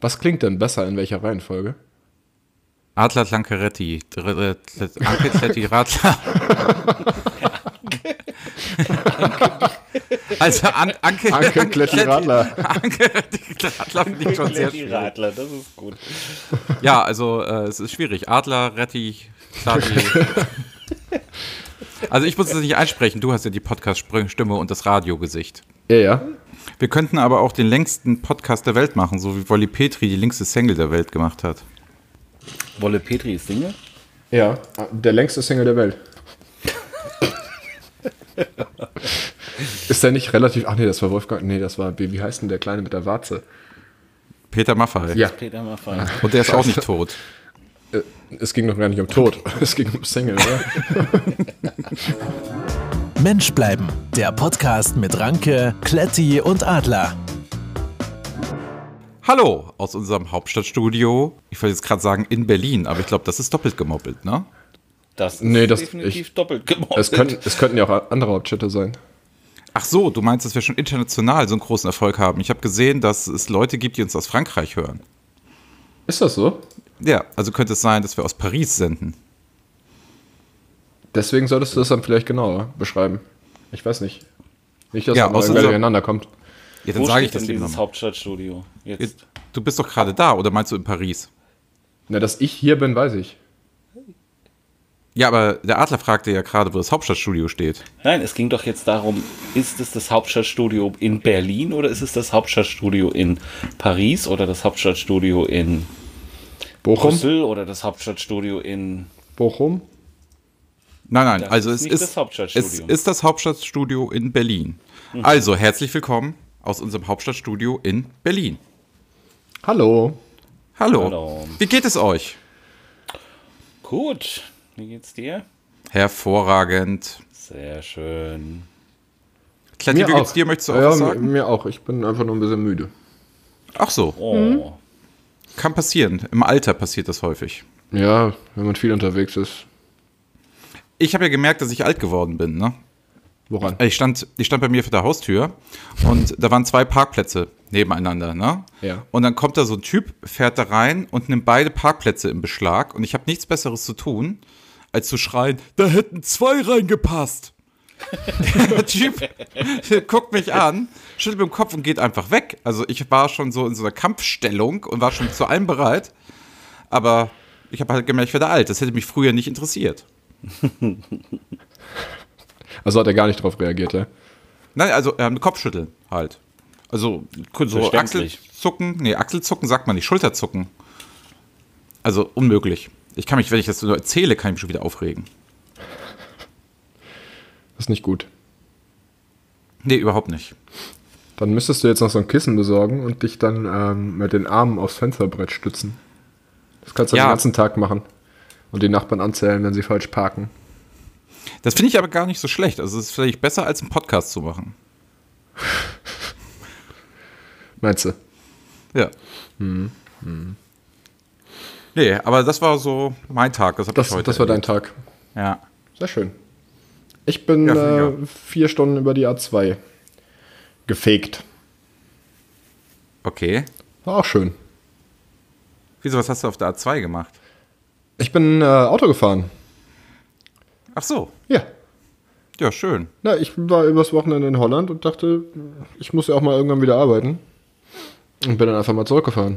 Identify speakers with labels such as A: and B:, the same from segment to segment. A: Was klingt denn besser in welcher Reihenfolge?
B: Adler Lancaretti. Anketti Radler. Also An Anke,
A: Anke Kletti Radler.
B: Anke Radler finde ich schon sehr
C: Die
B: schwierig.
C: Radler, das ist gut.
B: Ja, also äh, es ist schwierig. Adler, Retti, Klati. Also ich muss es nicht einsprechen, du hast ja die Podcast-Stimme und das Radiogesicht.
A: Ja, ja.
B: Wir könnten aber auch den längsten Podcast der Welt machen, so wie Wolli Petri die längste Single der Welt gemacht hat.
C: Wolle Petri ist Single?
A: Ja, der längste Single der Welt. Ist der nicht relativ. Ach nee, das war Wolfgang. Nee, das war. Wie wie heißt denn der Kleine mit der Warze?
B: Peter Maffay.
A: Ja,
C: Peter Maffay.
B: Und der ist auch nicht tot.
A: es ging doch gar nicht um Tod. Es ging um Single, oder?
D: Mensch bleiben, der Podcast mit Ranke, Kletti und Adler.
B: Hallo aus unserem Hauptstadtstudio. Ich wollte jetzt gerade sagen in Berlin, aber ich glaube, das ist doppelt gemoppelt, ne?
C: Das ist
A: Nee, das-
C: definitiv
A: ich-
C: doppelt gemordet.
A: Es könnten, es könnten ja auch andere Hauptstädte sein.
B: Ach so, du meinst, dass wir schon international so einen großen Erfolg haben. Ich habe gesehen, dass es Leute gibt, die uns aus Frankreich hören.
A: Ist das so?
B: Ja, also könnte es sein, dass wir aus Paris senden.
A: Deswegen solltest du das dann vielleicht genauer beschreiben. Ich weiß nicht. Nicht, dass
B: Ja,
A: ja, man
B: aus
A: irgendwie
B: unserem-
A: durcheinander kommt.
B: Ja, dann
C: Wo
B: sage
C: steht
B: ich das
C: denn
B: lieber
C: dieses
B: nochmal.
C: Hauptstadtstudio? Jetzt.
B: Jetzt- Du bist doch gerade da, oder meinst du in Paris?
A: Na, dass ich hier bin, weiß ich.
B: Ja, aber der Adler fragte ja gerade, wo das Hauptstadtstudio steht.
C: Nein, es ging doch jetzt darum, ist es das Hauptstadtstudio in Berlin oder ist es das Hauptstadtstudio in Paris oder das Hauptstadtstudio in
A: Bochum?
C: Brüssel oder das Hauptstadtstudio in
A: Bochum?
B: Nein, nein,
C: Das
B: also
C: ist
B: es
C: nicht
B: ist,
C: das
B: es
C: Hauptstadtstudio. Mhm.
B: ist das Hauptstadtstudio in Berlin. Also, herzlich willkommen aus unserem Hauptstadtstudio in Berlin.
A: Hallo.
B: Hallo.
C: Hallo.
B: Wie geht es euch?
C: Gut, wie geht's dir?
B: Hervorragend.
C: Sehr schön.
B: Kletti, wie geht's dir? Möchtest du auch
A: ja,
B: was
A: mir-
B: sagen?
A: Mir auch. Ich bin einfach nur ein bisschen müde.
B: Ach so,
C: Oh,
B: kann passieren. Im Alter passiert das häufig.
A: Ja, wenn man viel unterwegs ist.
B: Ich habe ja gemerkt, dass ich alt geworden bin, ne?
A: Woran?
B: Äh, Ich stand, ich stand bei mir vor der Haustür und da waren zwei Parkplätze nebeneinander, ne?
A: Ja.
B: Und dann kommt da so ein Typ, fährt da rein und nimmt beide Parkplätze in Beschlag und ich habe nichts Besseres zu tun, als zu schreien, da hätten zwei reingepasst. der Typ guckt mich an, schüttelt mit dem Kopf und geht einfach weg. Also ich war schon so in so einer Kampfstellung und war schon zu allem bereit, aber ich habe halt gemerkt, ich werde alt. Das hätte mich früher nicht interessiert.
A: Also hat er gar nicht drauf reagiert, ja?
B: Nein, also ähm, Kopfschütteln halt. Also so
C: Verständlich.
B: Achselzucken, nee, Achselzucken sagt man nicht, Schulterzucken. Also unmöglich. Ich kann mich, wenn ich das nur erzähle, kann ich mich schon wieder aufregen.
A: Das ist nicht gut.
B: Nee, überhaupt nicht.
A: Dann müsstest du jetzt noch so ein Kissen besorgen und dich dann ähm, mit den Armen aufs Fensterbrett stützen. Das kannst du
B: Ja.
A: den ganzen Tag machen. Und die Nachbarn anzählen, wenn sie falsch parken.
B: Das finde ich aber gar nicht so schlecht. Also es ist vielleicht besser, als einen Podcast zu machen.
A: Meinst du?
B: Ja.
A: Hm,
B: Nee, aber das war so mein Tag. Das, hab
A: Das,
B: ich heute
A: das war dein
B: erlebt.
A: Tag.
B: Ja.
A: Sehr schön. Ich bin
B: Ja, finde ich
A: äh, vier Stunden über die A2 gefegt.
B: Okay.
A: War auch schön.
B: Wieso, was hast du auf der A2 gemacht?
A: Ich bin äh, Auto gefahren.
B: Ach so.
A: Ja.
B: Ja, schön.
A: Na, ich war übers Wochenende in Holland und dachte, ich muss ja auch mal irgendwann wieder arbeiten. Und bin dann einfach mal zurückgefahren.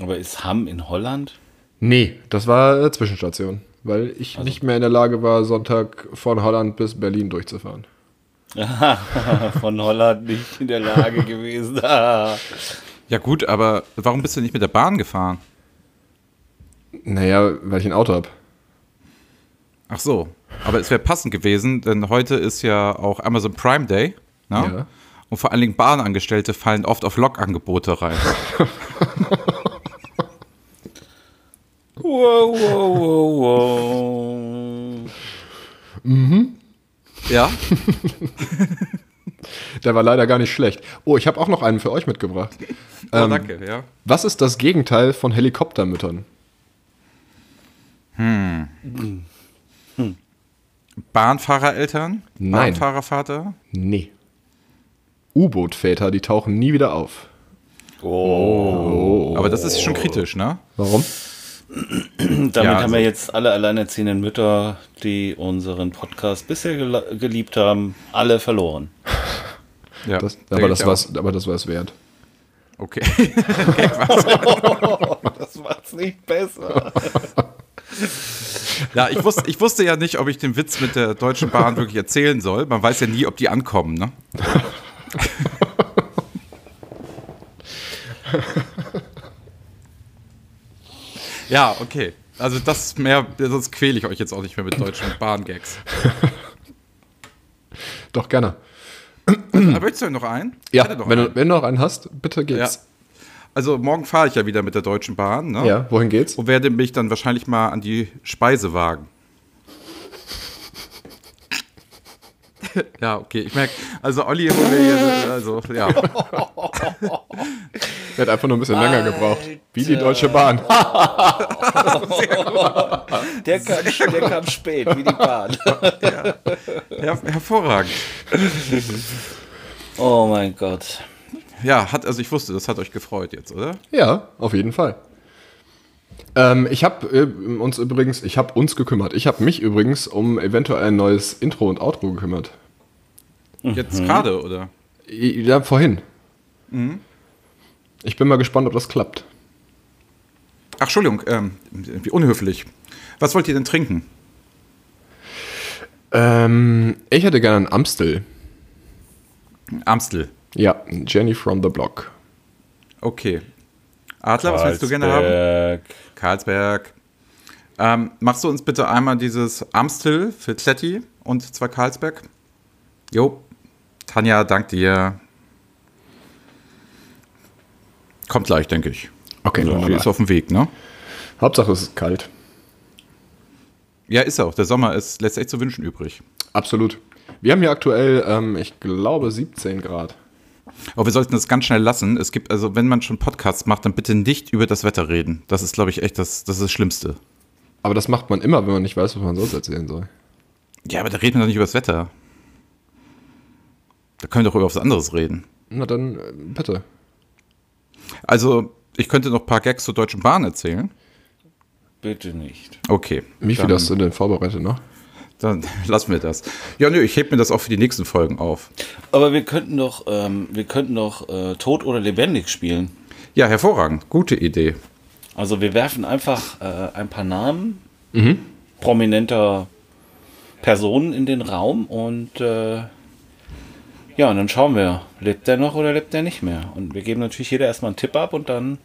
C: aber ist Hamm in Holland?
A: Nee, das war äh, Zwischenstation. Weil ich
B: Also
A: nicht mehr in der Lage war, Sonntag von Holland bis Berlin durchzufahren.
C: Von Holland nicht in der Lage gewesen. Ah.
B: Ja gut, aber warum bist du nicht mit der Bahn gefahren?
A: Naja, weil ich ein Auto habe.
B: Ach so, aber es wäre passend gewesen, denn heute ist ja auch Amazon Prime Day. Ne?
A: Ja.
B: Und vor allen Dingen Bahnangestellte fallen oft auf Log-Angebote rein.
C: wow, wow, wow, wow.
B: ja?
A: Ähm, Der war leider gar nicht schlecht. Oh, ich habe auch noch einen für euch mitgebracht.
B: Oh, danke, ja.
A: Was ist das Gegenteil von Helikoptermüttern?
B: Bahnfahrereltern?
A: Nein.
B: Bahnfahrervater?
A: Nee. U-Boot-Väter, die tauchen nie wieder auf.
B: Aber das ist schon kritisch, ne?
A: Warum?
C: Damit
B: Ja,
C: haben
B: also-
C: wir jetzt alle alleinerziehenden Mütter, die unseren Podcast bisher gel geliebt haben, alle verloren.
B: Ja,
A: Das,
B: denke
A: aber,
B: ich
A: das
B: auch.
A: war's, aber das war es wert.
B: Okay.
C: Das macht's nicht besser.
B: Ja, ich wusste, ich wusste ja nicht, ob ich den Witz mit der Deutschen Bahn wirklich erzählen soll. Man weiß ja nie, ob die ankommen, ne? ja, okay. Also das ist mehr, sonst quäle ich euch jetzt auch nicht mehr mit deutschen Bahngags.
A: Doch, gerne.
B: Aber möchtest du noch einen? Ich
A: Hm. Ja,
B: hätte noch
A: wenn,
B: einen.
A: du, wenn du noch einen hast, bitte
B: ja.
A: geht's.
B: Also morgen fahre ich ja wieder mit der Deutschen Bahn, ne?
A: Ja, wohin geht's?
B: Und werde mich dann wahrscheinlich mal an die Speise wagen. ja, okay, ich merke, also Olli, wo wir hier- also ja,
A: Der hat einfach nur ein bisschen länger gebraucht. Wie die Deutsche Bahn. Ha,
C: Der kam, der kam spät, wie die Bahn.
B: her hervorragend.
C: Oh mein Gott.
B: Ja, hat, also ich wusste, das hat euch gefreut jetzt, oder?
A: Ja, auf jeden Fall. Ähm, ich habe äh, uns übrigens, ich habe uns gekümmert. Ich habe mich übrigens um eventuell ein neues Intro und Outro gekümmert.
B: Jetzt gerade, oder?
A: I- Ja, vorhin. Mhm. Ich bin mal gespannt, ob das klappt.
B: Ach, Entschuldigung, ähm, wie unhöflich. Was wollt ihr denn trinken?
A: Ähm, ich hätte gerne einen Amstel.
B: Amstel.
A: Ja, Jenny from the Block.
B: Okay. Adler, was willst du gerne haben? Karlsberg. Ähm, machst du uns bitte einmal dieses Amstel für Kletti und zwar Karlsberg? Jo. Tanja, dank dir. Kommt gleich, denke ich.
A: Okay,
B: Sie ist auf dem Weg, ne?
A: Hauptsache es ist kalt.
B: Ja, ist auch. Der Sommer ist letztlich zu wünschen übrig.
A: Absolut. Wir haben hier aktuell, ähm, ich glaube, 17 Grad.
B: Aber wir sollten das ganz schnell lassen. Es gibt, also wenn man schon Podcasts macht, dann bitte nicht über das Wetter reden. Das ist, glaube ich, echt das, das, ist das Schlimmste.
A: Aber das macht man immer, wenn man nicht weiß, was man sonst erzählen soll.
B: Ja, aber da reden wir doch nicht über das Wetter. Da können wir doch über was anderes reden.
A: Na dann, äh, bitte.
B: Also, ich könnte noch ein paar Gags zur Deutschen Bahn erzählen.
C: Bitte nicht.
B: Okay.
A: Wie viel
B: dann,
A: hast du denn vorbereitet ne? noch?
B: Dann lassen wir das. Ja, nö, ich heb mir das auch für die nächsten Folgen auf.
C: Aber wir könnten doch, ähm, wir könnten doch äh, tot oder lebendig spielen.
B: Ja, hervorragend. Gute Idee.
C: Also wir werfen einfach äh, ein paar Namen
B: Mhm.
C: prominenter Personen in den Raum und äh, ja, und dann schauen wir, lebt der noch oder lebt der nicht mehr? Und wir geben natürlich jeder erstmal einen Tipp ab und dann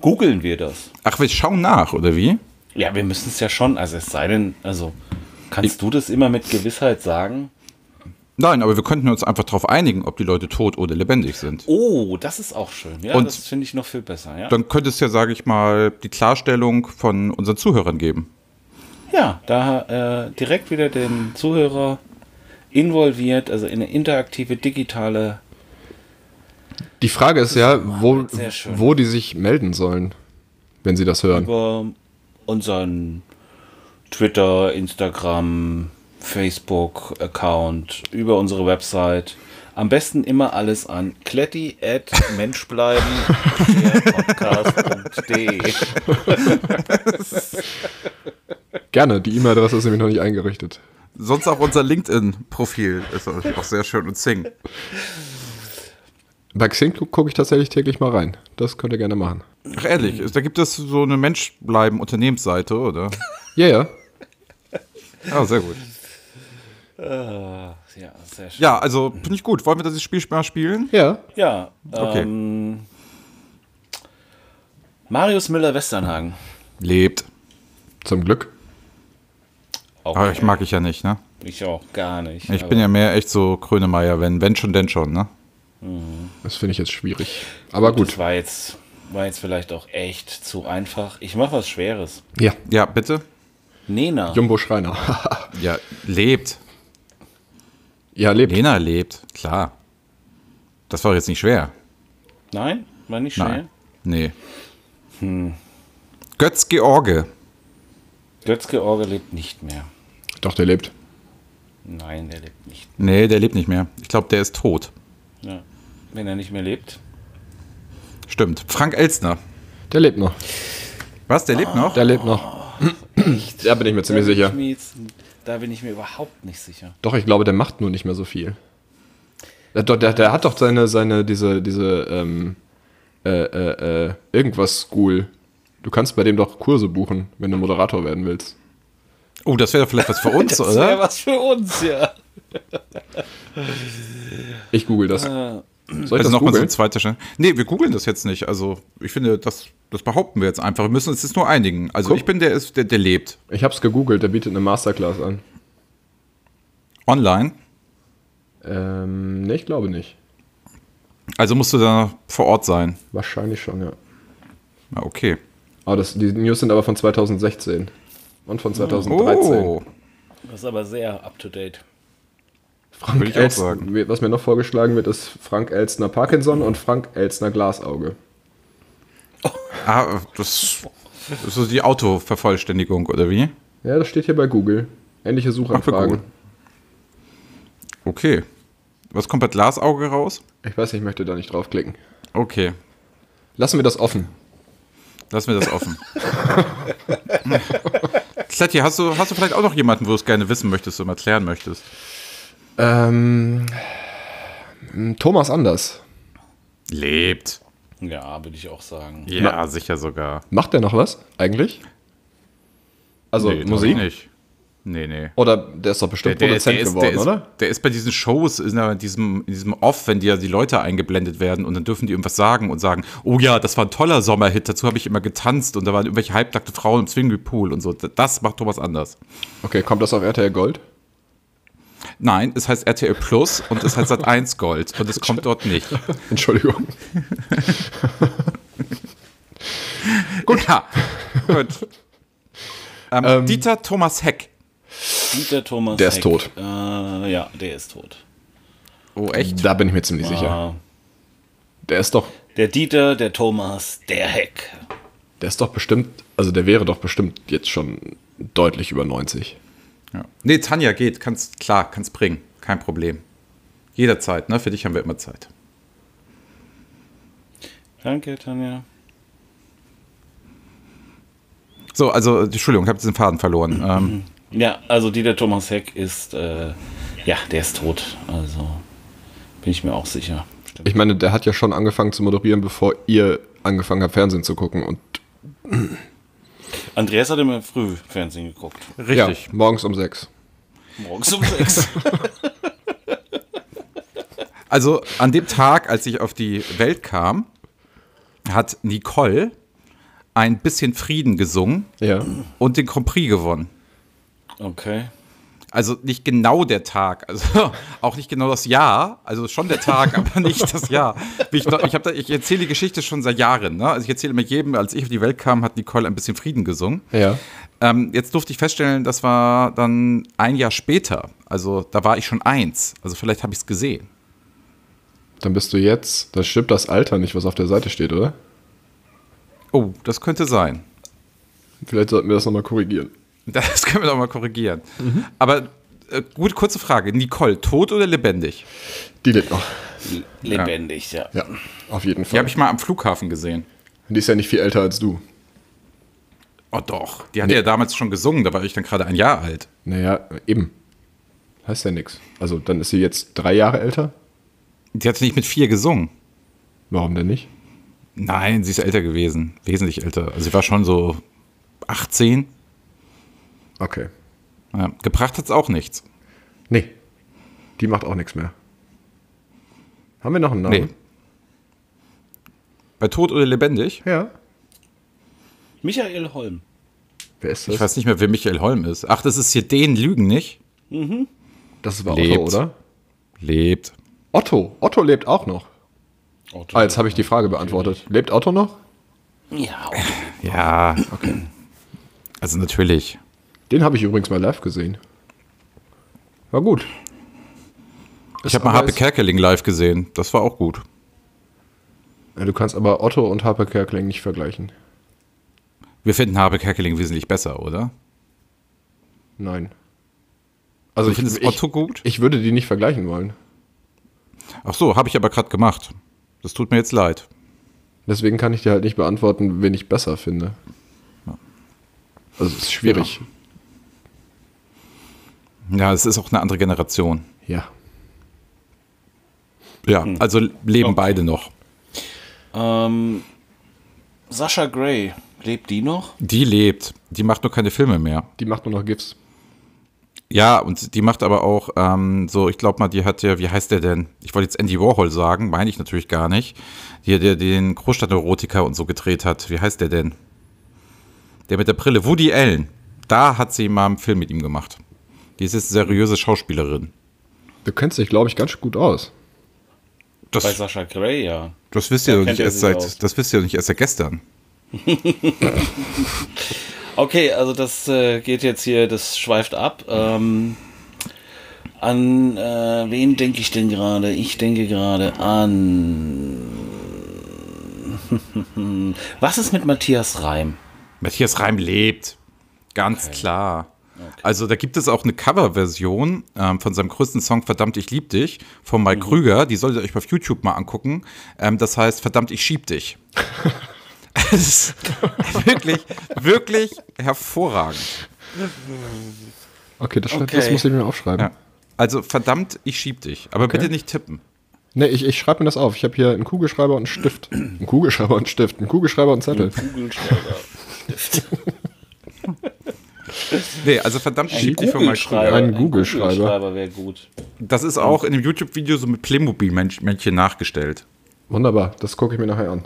C: googeln wir das.
B: Ach, wir schauen nach, oder wie?
C: Ja, wir müssen es ja schon, also es sei denn, also kannst du das immer mit Gewissheit sagen?
B: Nein, aber wir könnten uns einfach darauf einigen, ob die Leute tot oder lebendig sind.
C: Oh, das ist auch schön. Ja,
B: Und-
C: das finde ich noch viel besser. Ja,
B: Dann könnte es ja, sage ich mal, die Klarstellung von unseren Zuhörern geben.
C: ja da äh, direkt wieder den Zuhörer involviert, also in eine interaktive, digitale
A: Die Frage ist ja, wo,
C: sehr schön.
A: wo die sich melden sollen, wenn sie das hören.
C: über unseren Twitter, Instagram, Facebook-Account, über unsere Website. Am besten immer alles an kletti at menschbleiben der podcast.de.
A: Gerne, die E-Mail-Adresse ist nämlich noch nicht eingerichtet.
B: Sonst auch unser LinkedIn-Profil ist auch sehr schön und Sing.
A: Bei Xing gucke ich tatsächlich täglich mal rein. Das könnt ihr gerne machen.
B: Ach, ehrlich, da gibt es so eine Menschbleiben-Unternehmensseite, oder?
A: Ja, ja.
B: Ah, sehr gut.
C: Ah, ja, sehr schön.
B: Ja, also finde ich gut. Wollen wir das Spiel mal spielen?
A: Ja.
C: Ja,
B: Okay.
C: ähm, Marius Müller-Westernhagen.
B: Lebt.
A: Zum Glück.
C: Auch
B: Aber ich mag ich ja nicht, ne?
C: Ich auch gar nicht.
B: Ich
C: aber-
B: bin ja mehr echt so Krönemeyer, wenn, wenn schon, denn schon, ne?
A: Das finde ich jetzt schwierig. Aber
C: Das
A: gut.
C: war jetzt, war jetzt vielleicht auch echt zu einfach. Ich mache was Schweres.
A: Ja.
B: Ja, bitte?
C: Nena.
A: Jumbo Schreiner.
B: Ja, lebt.
A: ja, lebt.
B: Lena lebt, klar. Das war jetzt nicht schwer.
C: Nein, war nicht schnell.
B: Nein. Nee. Hm. Götz George.
C: Götz-George lebt nicht mehr.
A: Doch, der lebt.
C: Nein, der lebt nicht.
B: Nee, der lebt nicht mehr. Ich glaube, der ist tot.
C: Ja. Wenn er nicht mehr lebt.
B: Stimmt. Frank Elstner.
A: Der lebt noch.
B: Was, der lebt noch?
A: Der lebt noch. Da bin ich mir ziemlich
C: Oh, da bin ich
A: sicher.
C: mir jetzt- Da bin ich mir überhaupt nicht sicher.
A: Doch, ich glaube, der macht nur nicht mehr so viel. Der, der, der, der hat doch seine, seine, diese, diese, ähm, äh, äh, äh, irgendwas School. Du kannst bei dem doch Kurse buchen, wenn du Moderator werden willst.
B: Oh, das wäre doch vielleicht was für uns,
C: Das wäre
B: oder?
C: was für uns, ja.
A: Ich google das. Soll ich
B: Also
A: das
B: nochmal so
A: googeln?
B: ein zweiter Stelle. Nee, wir googeln das jetzt nicht. Also ich finde, das, das behaupten wir jetzt einfach. Wir müssen uns jetzt nur einigen. Also
A: Guck.
B: ich bin der, ist, der, der lebt.
A: ich hab's gegoogelt, der bietet eine Masterclass an.
B: Online.
A: Ähm, nee, ich glaube nicht.
B: Also musst du da vor Ort sein.
A: Wahrscheinlich schon, ja.
B: Na, okay.
A: Ah, das, die News sind aber von 2016. Und von 2013.
B: Oh,
C: Das ist aber sehr up to date.
A: Frank
B: Würde ich auch
A: Elstner-
B: sagen.
A: mir- Was mir noch vorgeschlagen wird, ist Frank Elstner Parkinson und Frank Elstner Glasauge.
B: ah, das, das ist so die Autovervollständigung, oder wie?
A: Ja, das steht hier bei Google. Ähnliche Suchanfragen.
B: Google. Okay. Was kommt bei Glasauge raus?
A: Ich weiß nicht, ich möchte da nicht draufklicken.
B: Okay,
A: Lassen wir das offen.
B: lassen wir das offen. Kletti, hast du, hast du vielleicht auch noch jemanden, wo du es gerne wissen möchtest und erklären möchtest?
A: Ähm, m, Thomas Anders.
B: Lebt.
C: Ja, würde ich auch sagen.
B: Ja, sicher sogar.
A: Macht der noch was eigentlich? Also
B: Nee,
A: Musik?
B: doch Nicht. Nee, nee.
A: Oder der ist doch bestimmt Produzent geworden,
B: der ist,
A: oder?
B: Der ist bei diesen Shows, in der- in diesem, in diesem Off, wenn die ja die Leute eingeblendet werden und dann dürfen die irgendwas sagen und sagen, oh ja, das war ein toller Sommerhit, dazu habe ich immer getanzt und da waren irgendwelche halbnackte Frauen im Swimmingpool und so. Das macht Thomas anders.
A: Okay, kommt das auf RTL Gold?
B: Nein, es heißt RTL Plus und es heißt Sat 1 Gold und es kommt dort nicht.
A: Entschuldigung.
B: Gut. Ja, gut. Ähm, Dieter Thomas Heck.
C: Dieter Thomas.
A: Der ist
C: Heck.
A: tot.
C: Äh, ja, der ist tot.
B: Oh, echt?
A: Da bin ich mir ziemlich sicher.
C: Ah,
A: Der ist doch,
C: der Dieter, der Thomas, der Heck.
A: der ist doch bestimmt, also der wäre doch bestimmt jetzt schon deutlich über 90.
B: Ja. Nee, Tanja geht. Kannst, klar, kannst bringen. Kein Problem. Jederzeit, ne? Für dich haben wir immer Zeit.
C: Danke, Tanja.
B: So, also, Entschuldigung, ich habe diesen Faden verloren. Ähm,
C: Ja, also Dieter Thomas Heck ist, äh, ja, der ist tot. Also bin ich mir auch sicher. Stimmt.
A: Ich meine, der hat ja schon angefangen zu moderieren, bevor ihr angefangen habt, Fernsehen zu gucken. Und
C: Andreas hat immer früh Fernsehen geguckt.
B: richtig.
A: ja, morgens um sechs.
C: Morgens um sechs.
B: Also, an dem Tag, als ich auf die Welt kam, hat Nicole ein bisschen Frieden gesungen
A: Ja.
B: und den Grand Prix gewonnen.
C: Okay.
B: Also nicht genau der Tag, also auch nicht genau das Jahr, also schon der Tag, aber nicht das Jahr. Wie Ich, noch- ich, hab da, ich erzähle die Geschichte schon seit Jahren. Ne? Also ich erzähle immer jedem, als ich auf die Welt kam, hat Nicole ein bisschen Frieden gesungen.
A: Ja.
B: Ähm, jetzt durfte ich feststellen, das war dann ein Jahr später. Also da war ich schon eins. Also vielleicht habe ich es gesehen.
A: Dann bist du jetzt, das stimmt das Alter nicht, was auf der Seite steht, oder?
B: Oh, das könnte sein.
A: Vielleicht sollten wir das nochmal korrigieren.
B: Das können wir doch mal korrigieren. Aber äh, gut, kurze Frage. Nicole, tot oder lebendig?
A: Die lebt noch.
C: Lebendig, ja.
A: Ja, auf jeden
B: Die
A: Fall.
B: habe ich mal am Flughafen gesehen.
A: Die ist ja nicht viel älter als du.
B: Oh doch, die hat ja damals schon gesungen, da war ich dann gerade ein Jahr alt.
A: Naja, eben. Heißt ja nichts. Also dann ist sie jetzt drei Jahre älter?
B: Die hat nicht mit vier gesungen.
A: Warum denn nicht?
B: Nein, sie ist älter gewesen. Wesentlich älter. Also sie war schon so 18.
A: Okay.
B: Ja, gebracht hat es auch nichts.
A: Nee. Die macht auch nichts mehr. Haben wir noch einen
B: Nee.
A: Namen?
B: Bei tot oder lebendig?
A: Ja.
C: Michael Holm.
A: Wer ist
B: Ich
A: das?
B: weiß nicht mehr, wer Michael Holm ist. Ach, das ist hier den Lügen, nicht?
A: das war
B: Lebt.
A: Otto, oder?
B: Lebt.
A: Otto. Otto lebt auch noch.
C: Otto.
A: Ah, jetzt habe ich die Frage beantwortet. Lebt Otto noch?
C: Ja,
B: Ja, okay. Also natürlich.
A: Den habe ich übrigens mal live gesehen. War gut.
B: Ich habe mal Harpe Kerkeling live gesehen. Das war auch gut.
A: Ja, Du kannst aber Otto und Harper Kerkeling nicht vergleichen.
B: Wir finden Harpe Kerkeling wesentlich besser, oder?
A: Nein. Also
B: Du findest Otto gut?
A: Ich würde die nicht vergleichen wollen.
B: Ach so, habe ich aber gerade gemacht. Das tut mir jetzt leid.
A: Deswegen kann ich dir halt nicht beantworten, wen ich besser finde. Also es ist schwierig.
B: Genau. Ja, es ist auch eine andere Generation.
A: Ja.
B: Ja, also leben beide noch.
C: Ähm, Sascha Gray, lebt die noch?
B: Die lebt. Die macht nur keine Filme mehr.
A: Die macht nur noch GIFs.
B: Ja, und die macht aber auch ähm, so, ich glaube mal, die hat ja, wie heißt der denn? Ich wollte jetzt Andy Warhol sagen, meine ich natürlich gar nicht. Der, der den Großstadtneurotiker und so gedreht hat. Wie heißt der denn? Der mit der Brille, Woody Allen. Da hat sie mal einen Film mit ihm gemacht. Die ist jetzt eine seriöse Schauspielerin.
A: Du kennst dich, glaube ich, ganz gut aus.
C: Bei
B: Das,
C: Sascha Gray, ja.
B: das wisst ihr
C: Da
B: doch
C: kennt
B: nicht
C: er
B: erst
C: sich aus.
B: seit, das wisst ihr doch nicht erst seit gestern.
C: Okay, also das äh, geht jetzt hier, das schweift ab. Ähm, an äh, wen denke ich denn gerade? Ich denke gerade an. Was ist mit Matthias Reim?
B: Matthias Reim lebt. Ganz klar. Also da gibt es auch eine Coverversion ähm, von seinem größten Song Verdammt, ich lieb dich von Mike Krüger. Die solltet ihr euch auf YouTube mal angucken. Ähm, das heißt Verdammt, ich schieb dich. Es ist wirklich, wirklich hervorragend.
A: Okay, das, schreib-
C: Okay.
A: das muss ich mir aufschreiben.
B: Ja. Also verdammt, ich schieb dich. Aber bitte nicht tippen.
A: Nee, ich, ich schreibe mir das auf. Ich habe hier einen Kugelschreiber und einen Stift. Einen Kugelschreiber und einen Stift. Einen Kugelschreiber und einen Zettel.
C: Kugelschreiber.
B: Nee, also verdammt, ich schieb dich von Mike Krüger.
A: Ein
C: Ein
A: Google-Schreiber.
C: Google-Schreiber wäre gut.
B: Das ist auch in dem YouTube-Video so mit Playmobil-Männchen nachgestellt.
A: Wunderbar, das gucke ich mir nachher an.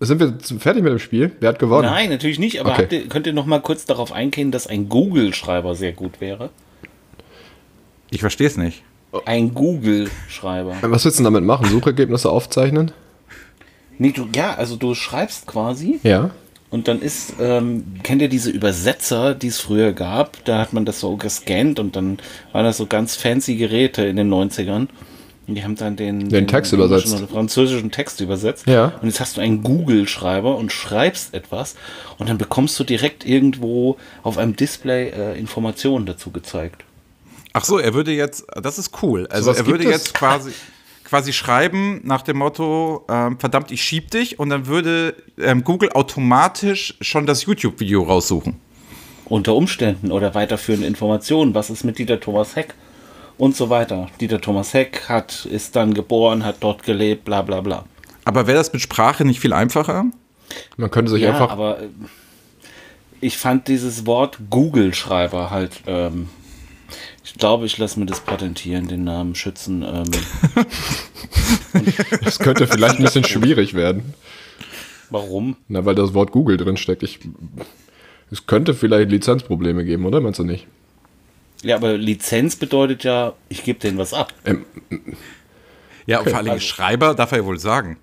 A: Sind wir zu- fertig mit dem Spiel? Wer hat gewonnen?
C: Nein, natürlich nicht, aber
A: Okay.
C: habt ihr, könnt ihr noch mal kurz darauf eingehen, dass ein Google-Schreiber sehr gut wäre?
B: Ich verstehe es nicht.
A: Oh.
C: Ein Google-Schreiber.
A: Was willst du denn damit machen? Suchergebnisse aufzeichnen?
C: Nee, du, ja, also du schreibst quasi
A: Ja.
C: Und dann ist, ähm, kennt ihr diese Übersetzer, die es früher gab? Da hat man das so gescannt und dann waren das so ganz fancy Geräte in den 90ern. Und die haben dann den, den,
A: Text
C: englischen
A: übersetzt.
C: Oder französischen Text übersetzt.
A: Ja.
C: Und jetzt hast du einen Google-Schreiber und schreibst etwas und dann bekommst du direkt irgendwo auf einem Display äh, Informationen dazu gezeigt.
B: Ach so, er würde jetzt, das ist cool. Also
A: Sowas
B: er würde
A: gibt es?
B: jetzt quasi, quasi schreiben nach dem Motto, ähm, verdammt, ich schieb dich und dann würde ähm, Google automatisch schon das YouTube-Video raussuchen.
C: Unter Umständen oder weiterführende Informationen. Was ist mit Dieter Thomas Heck? Und so weiter. Dieter Thomas Heck hat, ist dann geboren, hat dort gelebt, bla bla bla.
B: Aber wäre das mit Sprache nicht viel einfacher?
A: Man könnte sich
C: Ja,
A: einfach.
C: aber äh, ich fand dieses Wort Google-Schreiber halt. Ähm, ich glaube, ich lasse mir das patentieren, den Namen schützen. Ähm,
A: Das könnte vielleicht ein bisschen schwierig werden.
C: warum?
A: Na, weil das Wort Google drinsteckt. Ich, es könnte vielleicht Lizenzprobleme geben, oder? Meinst du nicht?
C: Ja, aber Lizenz bedeutet ja, ich gebe denen was ab.
B: Ja, und vor allem Schreiber darf er ja wohl sagen.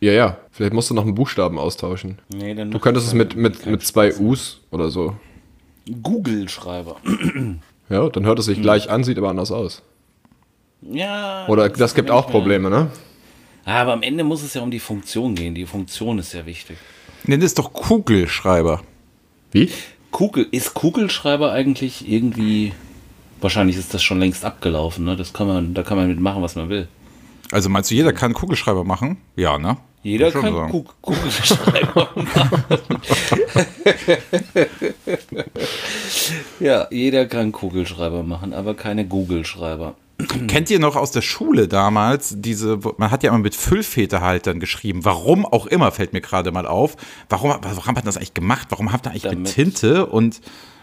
A: Ja, ja. Vielleicht musst du noch einen Buchstaben austauschen.
C: Nee, dann
A: Du
C: macht
A: könntest
C: das
A: es mit, mit,
C: keinen
A: mit zwei U's oder so.
C: Google-Schreiber.
A: Ja, dann hört es sich gleich an, sieht aber anders aus.
C: Ja.
A: Oder das gibt auch Probleme, ne?
C: Aber am Ende muss es ja um die Funktion gehen. Die Funktion ist ja wichtig.
B: Nenn es doch Kugelschreiber.
A: Wie?
C: Kugel, ist Kugelschreiber eigentlich irgendwie. Wahrscheinlich ist das schon längst abgelaufen, ne? Das kann man, da kann man mitmachen, was man will.
B: Also meinst du, jeder kann Kugelschreiber machen? Ja, ne?
C: Jeder
B: Würd schon
C: kann
B: sagen.
C: Kug- Kugelschreiber machen. ja, jeder kann Kugelschreiber machen, aber keine Google-Schreiber.
B: Mhm. Kennt ihr noch aus der Schule damals diese, wo- man hat ja immer mit Füllfederhaltern geschrieben, warum auch immer, fällt mir gerade mal auf. Warum, warum hat man das eigentlich gemacht? Warum habt ihr eigentlich mit
C: Damit-
B: Tinte und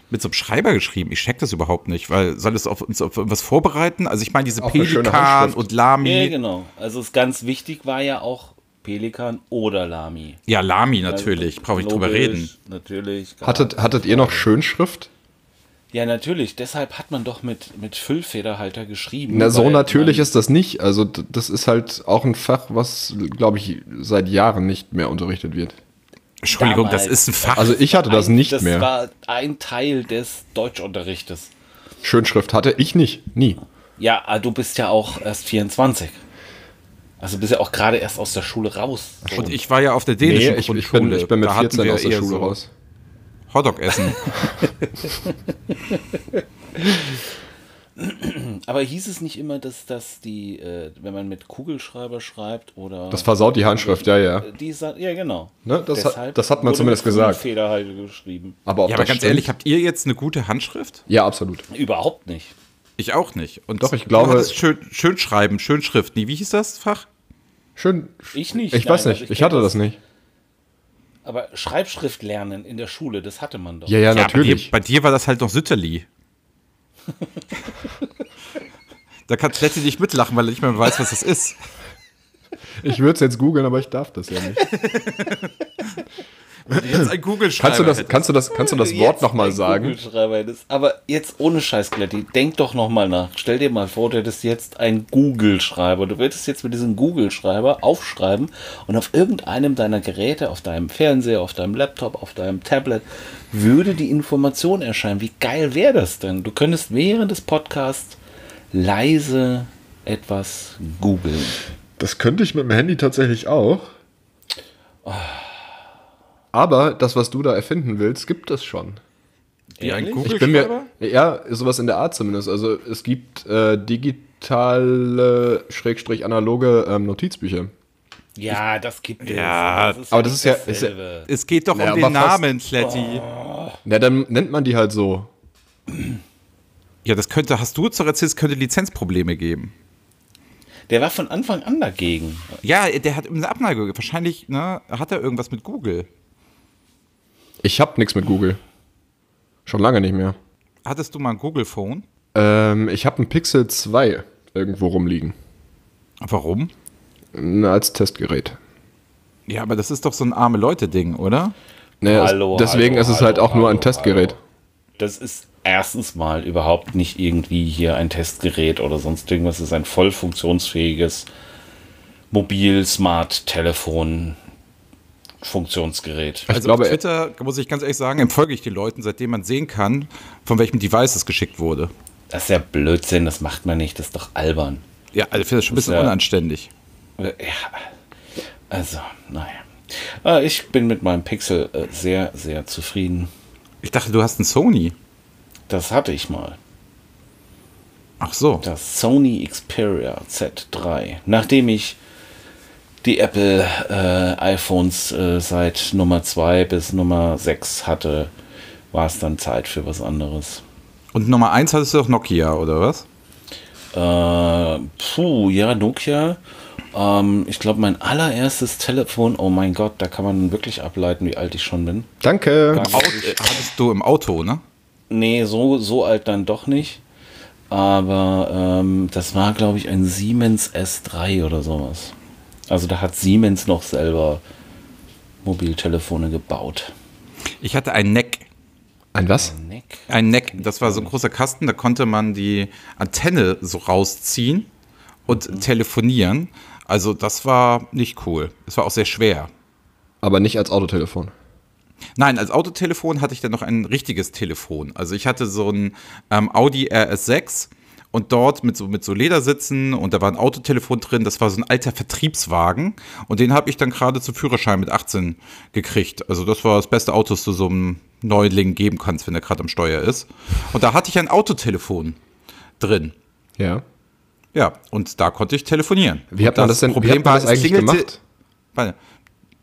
B: mit so einem Schreiber geschrieben? Ich check das überhaupt nicht, weil soll es auf uns auf irgendwas vorbereiten? Also ich meine, diese
A: Auf eine schöne
B: Pelikan
A: Handschrift.
B: und Lami.
C: Ja, genau. Also es ganz wichtig war ja auch Pelikan oder Lami. Also,
B: Ja, Lami natürlich, brauche ich drüber
C: Logisch,
B: reden.
C: Natürlich. klar.
A: Hattet, hattet ihr noch Schönschrift?
C: ja, natürlich. Deshalb hat man doch mit, mit Füllfederhalter geschrieben.
A: Na, so
C: weil
A: natürlich
C: man-
A: ist das nicht. Also, d- das ist halt auch ein Fach, was, glaube ich, seit Jahren nicht mehr unterrichtet wird.
B: Entschuldigung, das
C: damals-
B: ist ein Fach.
A: Also, ich hatte das
C: ein,
A: nicht
C: das
A: mehr.
C: war ein Teil des Deutschunterrichtes.
A: Schönschrift hatte ich nicht. Nie.
C: Ja, aber du bist ja auch erst 24. Also bist ja auch gerade erst aus der Schule raus. So.
B: und ich war ja auf der
A: Nee,
B: dänischen
A: ich, ich, bin,
B: Grundschule.
A: ich bin mit
B: Da hatten
A: 14
B: wir
A: aus der
B: eher
A: Schule
B: so
A: raus.
B: Hotdog essen.
C: Aber hieß es nicht immer, dass das die, äh, wenn man mit Kugelschreiber schreibt oder. äh,
A: Das versaut die Handschrift, ja, ja.
C: die Sa- ja, genau.
A: Ne, das hat-
C: Deshalb
A: das hat man
C: wurde
A: zumindest
C: mit
A: gesagt. Ah.
C: Feder halt geschrieben.
A: Aber, ob
B: Ja, aber
A: das
B: ganz
A: stimmt?
B: ehrlich, habt ihr jetzt eine gute Handschrift?
A: Ja, absolut.
C: Überhaupt nicht.
B: Ich auch nicht. Und
A: Doch, ich glaube-
B: Das schön, schön schreiben, schön Schrift. Nee, wie hieß das Fach?
A: Schön.
C: Ich nicht,
A: Ich
C: nein,
A: weiß nicht,
C: also ich
A: ich,
C: kenn
A: hatte
C: das.
A: das nicht.
C: Aber Schreibschrift lernen in der Schule, das hatte man doch.
A: Ja, ja,
B: Ja,
A: natürlich.
B: Bei dir, bei dir war das halt noch Sütterli. da kann Kletti nicht mitlachen, weil er nicht mehr weiß, was das ist.
A: Ich würde es jetzt googeln, aber ich darf das ja nicht.
B: Wenn du Jetzt ein Google-Schreiber.
A: Kannst du das,
B: hättest.
A: kannst du das, kannst du das
C: Äh, Jetzt
A: Wort nochmal
C: ein
A: sagen?
C: Kugelschreiber das- Aber jetzt ohne Scheiß, Glätti, denk doch nochmal nach. Stell dir mal vor, du hättest jetzt einen Google-Schreiber. Du würdest jetzt mit diesem Google-Schreiber aufschreiben und auf irgendeinem deiner Geräte, auf deinem Fernseher, auf deinem Laptop, auf deinem Tablet, würde die Information erscheinen. Wie geil wäre das denn? Du könntest während des Podcasts leise etwas googeln.
A: Das könnte ich mit dem Handy tatsächlich auch. Aber das, was du da erfinden willst, gibt es schon.
B: Wie ein
C: Ehrlich?
A: Ich bin
B: Google-Schreiber?
A: mir ja sowas in der Art zumindest. Also es gibt äh, digitale Schrägstrich analoge ähm, Notizbücher.
C: Ja, das gibt es.
B: Ja,
A: aber das ist ja- ist ja-
C: dasselbe.
B: Es geht doch
A: Naja,
B: um den
A: aber fast.
B: Namen, Kletti.
A: Na, dann nennt man die halt so.
B: Ja, das könnte, hast du jetzt doch erzählt, es könnte Lizenzprobleme geben.
C: Der war von Anfang an dagegen.
B: Ja, der hat eine Abneigung. Wahrscheinlich ne, hat er irgendwas mit Google.
A: Ich hab nichts mit Google. Schon lange nicht mehr.
B: Hattest du mal ein Google-Phone?
A: Ähm, ich hab ein Pixel 2 irgendwo rumliegen.
B: Warum?
A: Na, als Testgerät.
B: Ja, aber das ist doch so ein arme Leute-Ding, oder?
A: Naja, es-
C: Hallo,
A: deswegen
C: hallo,
A: ist es halt
C: hallo,
A: auch nur ein
C: hallo,
A: Testgerät.
C: hallo. Das ist erstens mal überhaupt nicht irgendwie hier ein Testgerät oder sonst irgendwas. Es ist ein voll funktionsfähiges Mobil-Smart-Telefon-Funktionsgerät.
A: Ich
B: Also
A: glaube,
B: auf Twitter, muss ich ganz ehrlich sagen, empfolge ich den Leuten, seitdem man sehen kann, von welchem Device es geschickt wurde.
C: Das ist ja Blödsinn, das macht man nicht, das ist doch albern.
B: Ja, also ich finde das schon ein bisschen
C: Ja.
B: unanständig.
C: Ja, also, naja. Äh, Ich bin mit meinem Pixel äh, sehr, sehr zufrieden.
B: Ich dachte, du hast einen Sony.
C: Das hatte ich mal.
B: Ach so.
C: das Sony Xperia Z3. Nachdem ich die Apple äh, iPhones äh, seit Nummer 2 bis Nummer 6 hatte, war es dann Zeit für was anderes.
B: Und Nummer eins hattest du doch Nokia, oder was?
C: Äh, puh, ja, Nokia. Ähm, ich glaube, mein allererstes Telefon, oh mein Gott, da kann man wirklich ableiten, wie alt ich schon bin.
A: Danke.
C: Danke.
B: Hattest du im Auto, ne?
C: Nee, so, so alt dann doch nicht. Aber ähm, das war, glaube ich, ein Siemens S3 oder sowas. Also da hat Siemens noch selber Mobiltelefone gebaut.
B: Ich hatte ein Neck.
A: Ein was?
C: Nick.
B: Ein Neck, das war so ein großer Kasten, da konnte man die Antenne so rausziehen und
A: Mhm.
B: telefonieren. Also das war nicht cool. Es war auch sehr schwer.
A: Aber nicht als Autotelefon.
B: Nein, als Autotelefon hatte ich dann noch ein richtiges Telefon. Also ich hatte so ein ähm, Audi RS6 und dort mit so, mit so Ledersitzen und da war ein Autotelefon drin. Das war so ein alter Vertriebswagen und den habe ich dann gerade zum Führerschein mit 18 gekriegt. Also das war das beste Auto, das du so einem Neuling geben kannst, wenn er gerade am Steuer ist. Und da hatte ich ein Autotelefon drin.
A: Ja.
B: Ja, und da konnte ich telefonieren.
A: Wie hat man das denn- wie hat man das
B: es
A: eigentlich
B: klingelte-
A: gemacht?
B: Warte.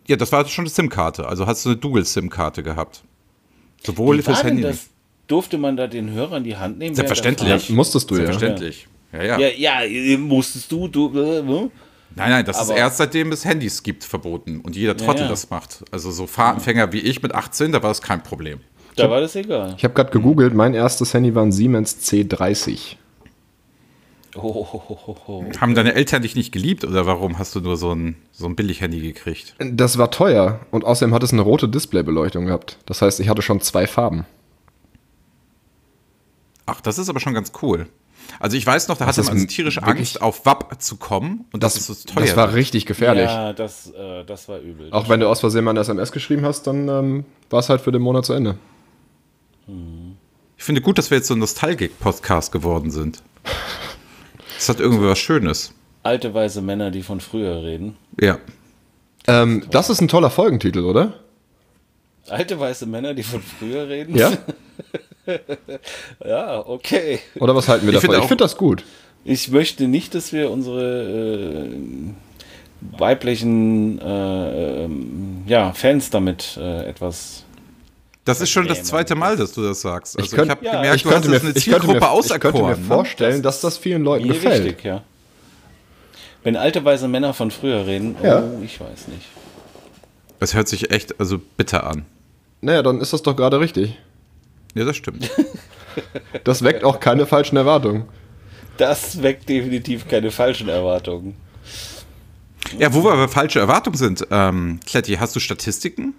B: Ja, das war schon eine SIM-Karte. Also hast du eine Dual-SIM-Karte gehabt. Sowohl
C: Wie war
B: fürs
C: denn
B: Handy.
C: das? Durfte man da den Hörer in die Hand nehmen? während er
B: Selbstverständlich.
C: fährt?
A: Musstest du ja.
B: Selbstverständlich. Ja, ja.
C: Ja, ja, äh, musstest du, du. äh, äh,
B: Nein, nein, das
C: Aber-
B: ist erst seitdem es Handys gibt verboten und jeder Trottel
C: ja.
B: das macht. Also so Fahranfänger wie ich mit 18, da war das kein Problem.
C: Da war das egal.
A: Ich habe gerade gegoogelt, mein erstes Handy war ein Siemens C30.
C: Oh, oh, oh, oh, oh.
B: Haben deine Eltern dich nicht geliebt oder warum hast du nur so ein, so ein Billig-Handy gekriegt?
A: Das war teuer und außerdem hat es eine rote Displaybeleuchtung gehabt. Das heißt, ich hatte schon zwei Farben.
B: Ach, das ist aber schon ganz cool. Also ich weiß noch, da
A: Das
B: hatte man
A: ist
B: also tierische
A: wirklich-
B: Angst, auf WAP zu kommen und das, ist so teuer. ne?
A: das war richtig gefährlich.
C: Ja, das, äh, das war übel.
A: Auch wenn du aus Versehen mal eine SMS geschrieben hast, dann ähm, war es halt für den Monat zu Ende.
B: Ich finde gut, dass wir jetzt so ein Nostalgik-Podcast geworden sind. Das hat irgendwie was Schönes.
C: Alte weise Männer, die von früher reden.
B: Ja.
A: Ähm, das ist ein toller Folgentitel, oder?
C: Alte weiße Männer, die von früher reden?
A: Ja?
C: Ja, okay.
A: Oder was halten wir
B: Ich
A: davon?
B: finde
A: ich
B: auch-
A: finde das gut.
C: Ich möchte nicht, dass wir unsere äh, weiblichen äh, ähm, ja, Fans damit äh, etwas.
B: Das ist schon
C: Nee,
B: das
C: Mann,
B: zweite Mal, dass du das sagst. Also ich,
A: könnt-
B: habe
C: ja,
B: gemerkt,
A: ich
B: du hast
A: könnte,
B: mir,
A: mir,
B: eine
A: ich, könnte
B: Zielgruppe
A: mir, ich könnte mir
B: auserkoren. ne?
A: vorstellen, dass das vielen Leuten
C: Mir
A: gefällt.
C: wichtig, ja. Wenn alte weise Männer von früher reden,
A: Ja.
C: oh, ich weiß nicht.
B: Das hört sich echt also bitter an.
A: Naja, dann ist das doch gerade richtig.
B: Ja, das stimmt.
A: Das weckt auch keine falschen Erwartungen.
C: Das weckt definitiv keine falschen Erwartungen.
B: ja, wo wir aber falsche Erwartungen sind. Ähm, Kletti, hast du Statistiken?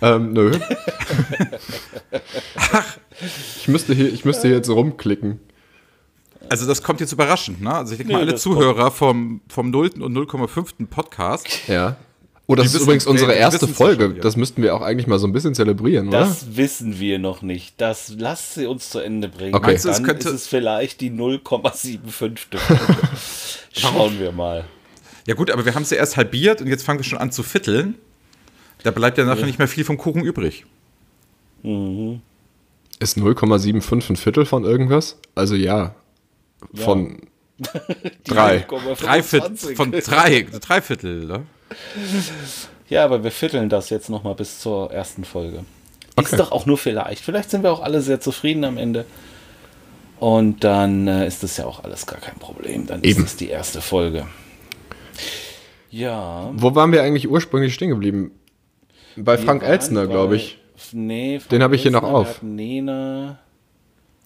A: Ähm, nö. ich müsste hier, ich müsste hier jetzt rumklicken.
B: Also das kommt jetzt überraschend, ne? Also ich denke mal,
C: Nee,
B: alle
C: das
B: Zuhörer vom, vom 0. und 0,5. Podcast,
A: Ja. Oh, das
B: Die
A: ist
B: wissen-
A: übrigens unsere
B: nee, die
A: erste
B: wissen's ja
A: Folge.
B: schon, ja.
A: Das müssten wir auch eigentlich mal so ein bisschen zelebrieren,
C: Das wissen wir noch nicht. Das lass sie uns zu Ende bringen.
A: Okay. Meinst
C: Meinst
B: du, es
C: Dann
B: könnte-
C: ist es vielleicht die 0,75. Schauen wir mal.
B: Ja gut, aber wir haben es ja erst halbiert und jetzt fangen wir schon an zu vierteln. Da bleibt ja nachher nicht mehr viel vom Kuchen übrig.
A: oder? Ist 0,75 ein Viertel von irgendwas? Also ja. Von
C: Die
A: Drei.
C: 0,25.
B: Drei Viertel, von drei, drei Viertel, ne?
C: Ja, aber wir vierteln das jetzt nochmal bis zur ersten Folge.
A: Okay.
C: Ist doch auch nur vielleicht. Vielleicht sind wir auch alle sehr zufrieden am Ende. Und dann äh, ist das ja auch alles gar kein Problem. Dann
A: Eben.
C: ist es die erste Folge. Ja.
A: Wo waren wir eigentlich ursprünglich stehen geblieben? Bei Frank
C: Wir waren
A: Elstner,
C: bei-
A: glaube ich.
C: Nee, Frank
A: Den habe ich hier noch
C: Elstner, wir
A: auf.
C: hatten Nena.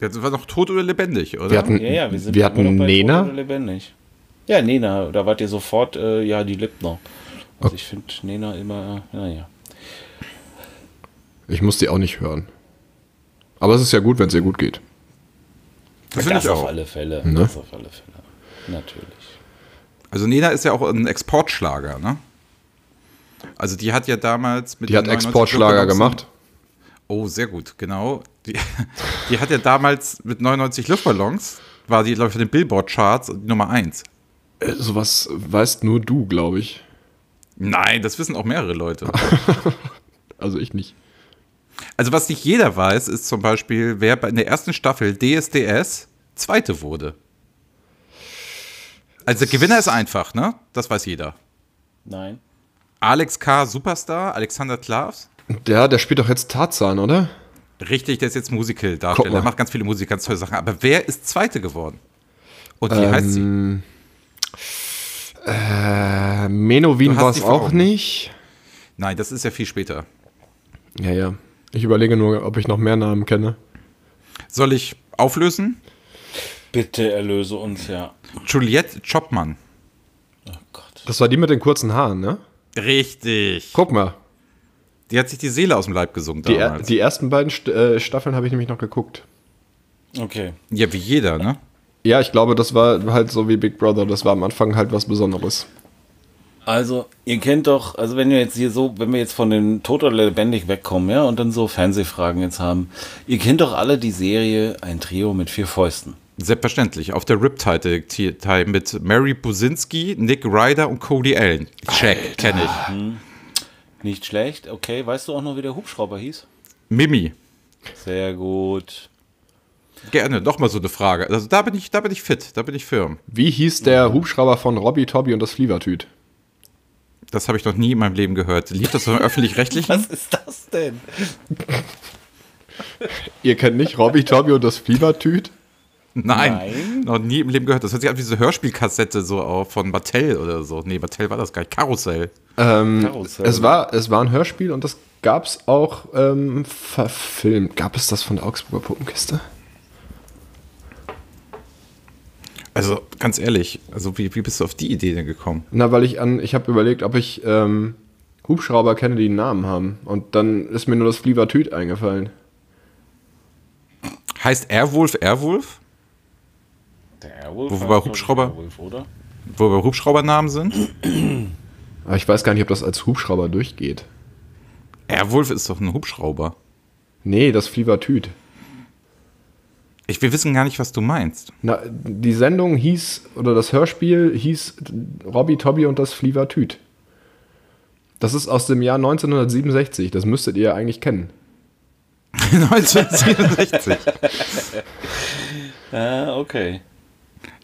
B: Jetzt war noch tot oder lebendig, oder?
A: Wir hatten,
C: Ja, ja, wir sind
A: wir
C: immer noch
A: hatten
C: bei Tot
A: Nena.
C: oder lebendig. Ja, Nena, da wart ihr sofort, äh, ja, die lebt noch. Also ich finde Nena immer, äh, naja.
A: Ich muss die auch nicht hören. Aber es ist ja gut, wenn es ihr gut geht.
B: das finde ich
C: auf
B: auch.
C: alle Fälle.
A: Ne?
C: Das auf alle Fälle. Natürlich.
B: Also Nena ist ja auch ein Exportschlager, ne? Also die hat ja damals mit
A: Die hat
B: den 99
A: Exportschlager
B: Luftballons-
A: gemacht.
B: Oh, sehr gut, genau. Die, die hat ja damals mit 99 Luftballons, war die, glaube ich, in den Billboard-Charts die Nummer 1.
A: Äh, Sowas weißt nur du, glaube ich.
B: Nein, das wissen auch mehrere Leute.
A: Also ich nicht.
B: Also was nicht jeder weiß, ist zum Beispiel, wer bei- in der ersten Staffel DSDS Zweite wurde. Also der Gewinner ist einfach, ne? Das weiß jeder.
C: Nein.
B: Alex K. Superstar, Alexander Klavs.
A: Der, der spielt doch jetzt Tarzan, oder?
B: Richtig, der ist jetzt
A: Guck
B: Musical-Darsteller.
A: mal.
B: Er macht ganz viele Musik, ganz tolle Sachen. Aber wer ist Zweite geworden? Und
A: Ähm,
B: wie heißt sie?
A: Äh, Menowin
B: Du hast
A: war
B: die
A: es
B: vor
A: auch
B: Augen.
A: nicht.
B: Nein, das ist ja viel später.
A: Ja, ja. Ich überlege nur, ob ich noch mehr Namen kenne.
B: Soll ich auflösen?
C: Bitte erlöse uns, ja.
B: Juliette Chopmann.
C: Oh Gott.
A: Das war die mit den kurzen Haaren, ne?
B: Richtig.
A: Guck mal.
B: Die hat sich die Seele aus dem Leib gesungen
A: Die, er,
B: damals.
A: die ersten beiden St äh, Staffeln habe ich nämlich noch geguckt.
C: Okay.
B: ja, wie jeder, ne?
A: Ja, ich glaube, das war halt so wie Big Brother. Das war am Anfang halt was Besonderes.
C: Also, ihr kennt doch, also wenn wir jetzt hier so, wenn wir jetzt von den Tot oder Lebendig wegkommen, ja, und dann so Fernsehfragen jetzt haben, ihr kennt doch alle die Serie Ein Trio mit vier Fäusten.
B: Selbstverständlich. Auf der Riptide-Datei mit Mary Businski, Nick Ryder und Cody Allen. Check, kenne ich.
C: Nicht schlecht, okay. Weißt du auch noch, wie der Hubschrauber hieß?
B: Mimi.
C: Sehr gut.
B: Gerne, nochmal so eine Frage. Also da bin ich, da bin ich fit, da bin ich firm.
A: Wie hieß der Hubschrauber von Robbie Tobby und das Flievertüt?
B: Das habe ich noch nie in meinem Leben gehört. Lief das von öffentlich-rechtlichen?
C: Was ist das denn?
A: Ihr kennt nicht Robbie Tobby und das Flievertüt?
B: Nein.
C: Nein.
B: Noch nie im Leben gehört. Das hört sich an wie so eine Hörspielkassette so auf von Mattel oder so. Nee, Mattel war das gar nicht. Karussell.
A: Hm.
C: Karussell.
A: Es war, es war ein Hörspiel und das gab es auch ähm, verfilmt. Gab es das von der Augsburger Puppenkiste?
B: Also ganz ehrlich, also wie, wie bist du auf die Idee denn gekommen?
A: Na, weil ich an, ich habe überlegt, ob ich ähm, Hubschrauber kenne, die einen Namen haben. Und dann ist mir nur das Flievertüt eingefallen.
B: Heißt Airwolf Airwolf?
C: Der Airwolf.
B: Wo-
C: war,
B: wobei
C: glaub ich,
B: Hubschrauber-
C: Airwolf, oder?
B: Wo wir Hubschraubernamen sind?
A: Aber ich weiß gar nicht, ob das als Hubschrauber durchgeht.
B: Airwolf ist doch ein Hubschrauber.
A: Nee, das Flievertüt.
B: Ich, wir wissen gar nicht, was du meinst.
A: Na, die Sendung hieß, oder das Hörspiel hieß Robbie Tobby und das Flievertüt. Das ist aus dem Jahr 1967, das müsstet ihr ja eigentlich kennen.
B: 1967.
C: Ah, okay.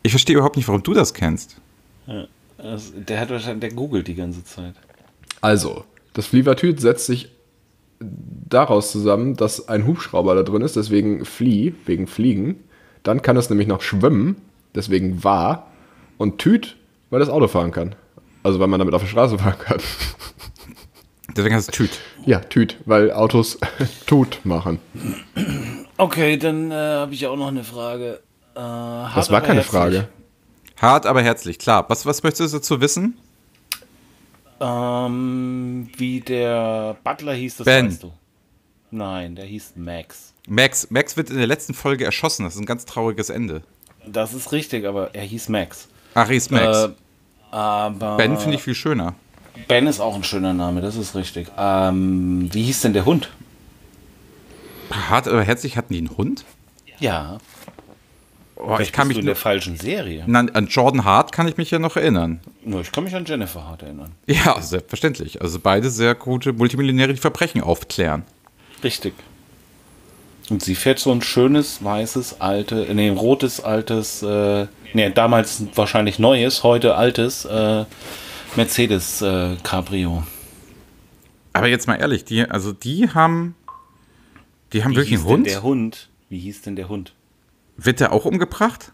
B: Ich verstehe überhaupt nicht, warum du das kennst.
C: Also, der hat wahrscheinlich, der googelt die ganze Zeit.
A: Also, das Flievertüt setzt sich daraus zusammen, dass ein Hubschrauber da drin ist, deswegen Flie, wegen Fliegen. Dann kann es nämlich noch schwimmen, deswegen war. Und Tüt, weil das Auto fahren kann. Also, weil man damit auf der Straße fahren kann.
B: Deswegen heißt es Tüt.
A: Ja, Tüt, weil Autos tot machen.
C: Okay, dann äh, habe ich auch noch eine Frage. Äh,
A: Das war keine Frage.
B: Hart, aber herzlich, klar. Was, was möchtest du dazu wissen?
C: Ähm, wie der Butler hieß, das
B: Ben.
C: weißt du. Nein, der hieß Max.
B: Max, Max wird in der letzten Folge erschossen. Das ist ein ganz trauriges Ende.
C: Das ist richtig, aber er hieß Max.
B: Aris Max.
C: Äh, aber
B: ben finde ich viel schöner.
C: Ben ist auch ein schöner Name, das ist richtig. Ähm, wie hieß denn der Hund?
B: Hart, aber herzlich hatten die einen Hund?
C: Ja,
B: Oh, ich
C: vielleicht
B: kann mich
C: bist du in der falschen Serie.
B: an, an Jordan Hart kann ich mich ja noch erinnern.
C: Nur ich kann mich an Jennifer Hart erinnern.
B: Ja, selbstverständlich. Also beide sehr gute Multimillionäre, die Verbrechen aufklären.
C: Richtig. Und sie fährt so ein schönes, weißes, alte, nee, ein rotes, altes, äh, nee, damals wahrscheinlich neues, heute altes, äh, Mercedes äh, Cabrio.
B: Aber jetzt mal ehrlich, die, also die haben, die haben
C: Wie
B: wirklich einen
C: hieß denn
B: Hund?
C: der Hund? Wie hieß denn der Hund?
B: Wird der auch umgebracht?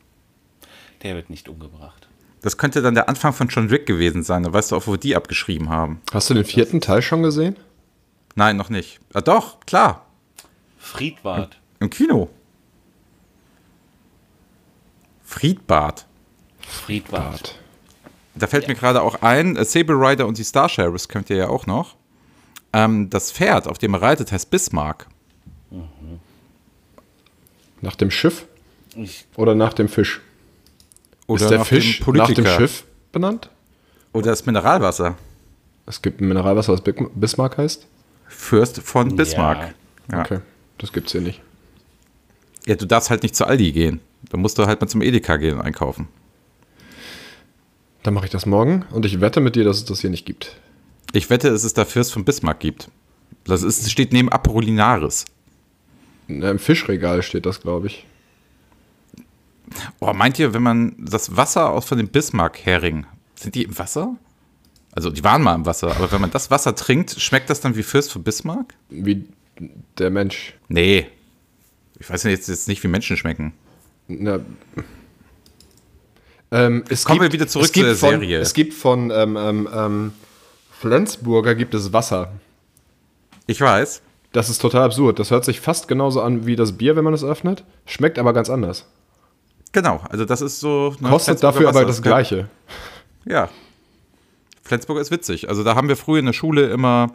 C: Der wird nicht umgebracht.
B: Das könnte dann der Anfang von John Wick gewesen sein. Da weißt du auch, wo die abgeschrieben haben.
A: Hast du den vierten Teil schon gesehen?
B: Nein, noch nicht. Ah, doch, klar.
C: Friedwald.
B: Im Kino. Friedbad.
C: Friedwald.
B: Da fällt mir gerade auch ein, äh, Sable Rider und die Star Sheriffs kennt ihr ja auch noch. Ähm, das Pferd, auf dem er reitet, heißt Bismarck.
A: Nach dem Schiff
C: Ich,
A: oder nach dem Fisch?
B: Oder
A: ist der
B: nach
A: Fisch
B: dem
A: nach
B: Politiker.
A: dem Schiff benannt?
B: Oder das Mineralwasser.
A: Es gibt ein Mineralwasser, das Big- Bismarck heißt.
B: Fürst von Bismarck. Ja.
A: Okay, das gibt's hier nicht.
B: ja, du darfst halt nicht zu Aldi gehen. Da musst du halt mal zum Edeka gehen und einkaufen.
A: Dann mache ich das morgen und ich wette mit dir, dass es das hier nicht gibt.
B: Ich wette, dass es da Fürst von Bismarck gibt. Das ist, steht neben Apollinaris.
A: Na, Im Fischregal steht das, glaube ich.
B: Oh, meint ihr, wenn man das Wasser aus von dem Bismarck-Hering, sind die im Wasser? Also die waren mal im Wasser, aber wenn man das Wasser trinkt, schmeckt das dann wie Fürst von Bismarck?
A: Wie der Mensch.
B: Nee. Ich weiß ja jetzt, jetzt nicht, wie Menschen schmecken.
A: Na, ähm, es
B: Kommen wir wieder zurück
A: es gibt
B: zu der
A: von,
B: Serie.
A: Es gibt von ähm, ähm, ähm, Flensburger gibt es Wasser.
B: Ich weiß.
A: Das ist total absurd. Das hört sich fast genauso an wie das Bier, wenn man es öffnet. Schmeckt aber ganz anders.
B: Genau, also das ist so. ne,
A: Kostet
B: Flensburger
A: dafür aber
B: Wasser.
A: das Gleiche.
B: Ja. Flensburg ist witzig. Also da haben wir früher in der Schule immer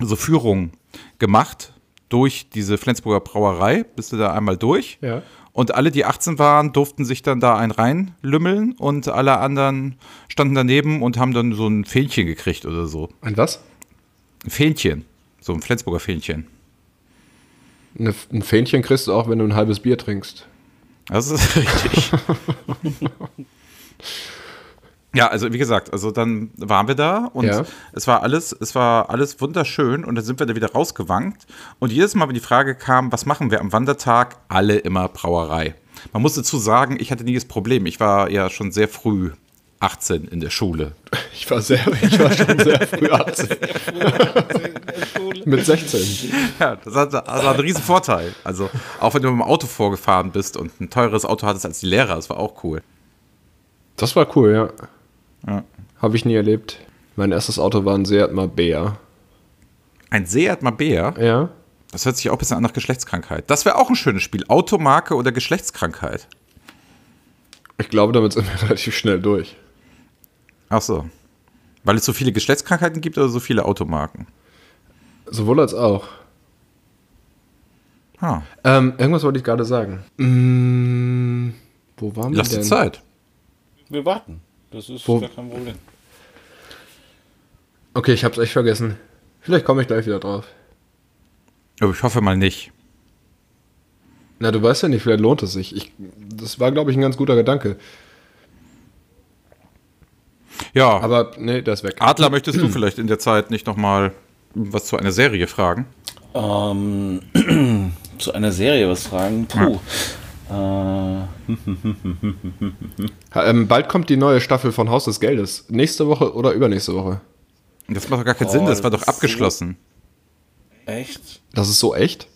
B: so Führungen gemacht durch diese Flensburger Brauerei. Bist du da einmal durch?
A: Ja.
B: Und alle, die 18 waren, durften sich dann da einen reinlümmeln und alle anderen standen daneben und haben dann so ein Fähnchen gekriegt oder so.
A: Ein was?
B: Ein Fähnchen. So ein Flensburger Fähnchen.
A: Eine, ein Fähnchen kriegst du auch, wenn du ein halbes Bier trinkst.
B: Das ist richtig. ja, also wie gesagt, also dann waren wir da und
A: Ja.
B: es war alles, es war alles wunderschön und dann sind wir da wieder rausgewankt und jedes Mal, wenn die Frage kam, was machen wir am Wandertag, alle immer Brauerei. Man muss dazu sagen, ich hatte nie das Problem. Ich war ja schon sehr früh 18 in der Schule.
A: Ich war, sehr, ich war schon sehr früh 18. Mit 16.
B: Ja, das hat, das hat einen riesen Vorteil. Also auch wenn du mit dem Auto vorgefahren bist und ein teureres Auto hattest als die Lehrer, das war auch cool.
A: Das war cool, ja.
B: Ja.
A: Habe ich nie erlebt. Mein erstes Auto war ein Seat Mabea.
B: Ein Seat Mabea
A: Ja?
B: Das hört sich auch ein bisschen an nach Geschlechtskrankheit. Das wäre auch ein schönes Spiel. Automarke oder Geschlechtskrankheit.
A: Ich glaube, damit sind wir relativ schnell durch.
B: Ach so. Weil es so viele Geschlechtskrankheiten gibt oder so viele Automarken?
A: Sowohl als auch.
B: Ah,
A: Ähm, irgendwas wollte ich gerade sagen. Mm, wo waren
B: lass
A: wir
B: dir
A: denn?
B: Zeit.
C: wir warten. Das ist
A: Wo-
C: ja kein Problem.
A: Okay, ich hab's echt vergessen. Vielleicht komme ich gleich wieder drauf.
B: Aber ich hoffe mal nicht.
A: Na, du weißt ja nicht, vielleicht lohnt es sich. Ich, das war, glaube ich, ein ganz guter Gedanke.
B: Ja, aber
A: Aber nee, der ist weg.
B: Adler, möchtest du vielleicht in der Zeit nicht nochmal was zu einer Serie fragen?
C: Ähm, zu einer Serie was fragen. Puh. Äh,
A: Ha, Ähm, bald kommt die neue Staffel von Haus des Geldes. Nächste Woche oder übernächste Woche.
B: Das macht doch gar keinen
C: Oh,
B: Sinn, das war
C: das
B: doch
C: ist so-
B: abgeschlossen.
C: Äh, echt?
A: Das ist so echt?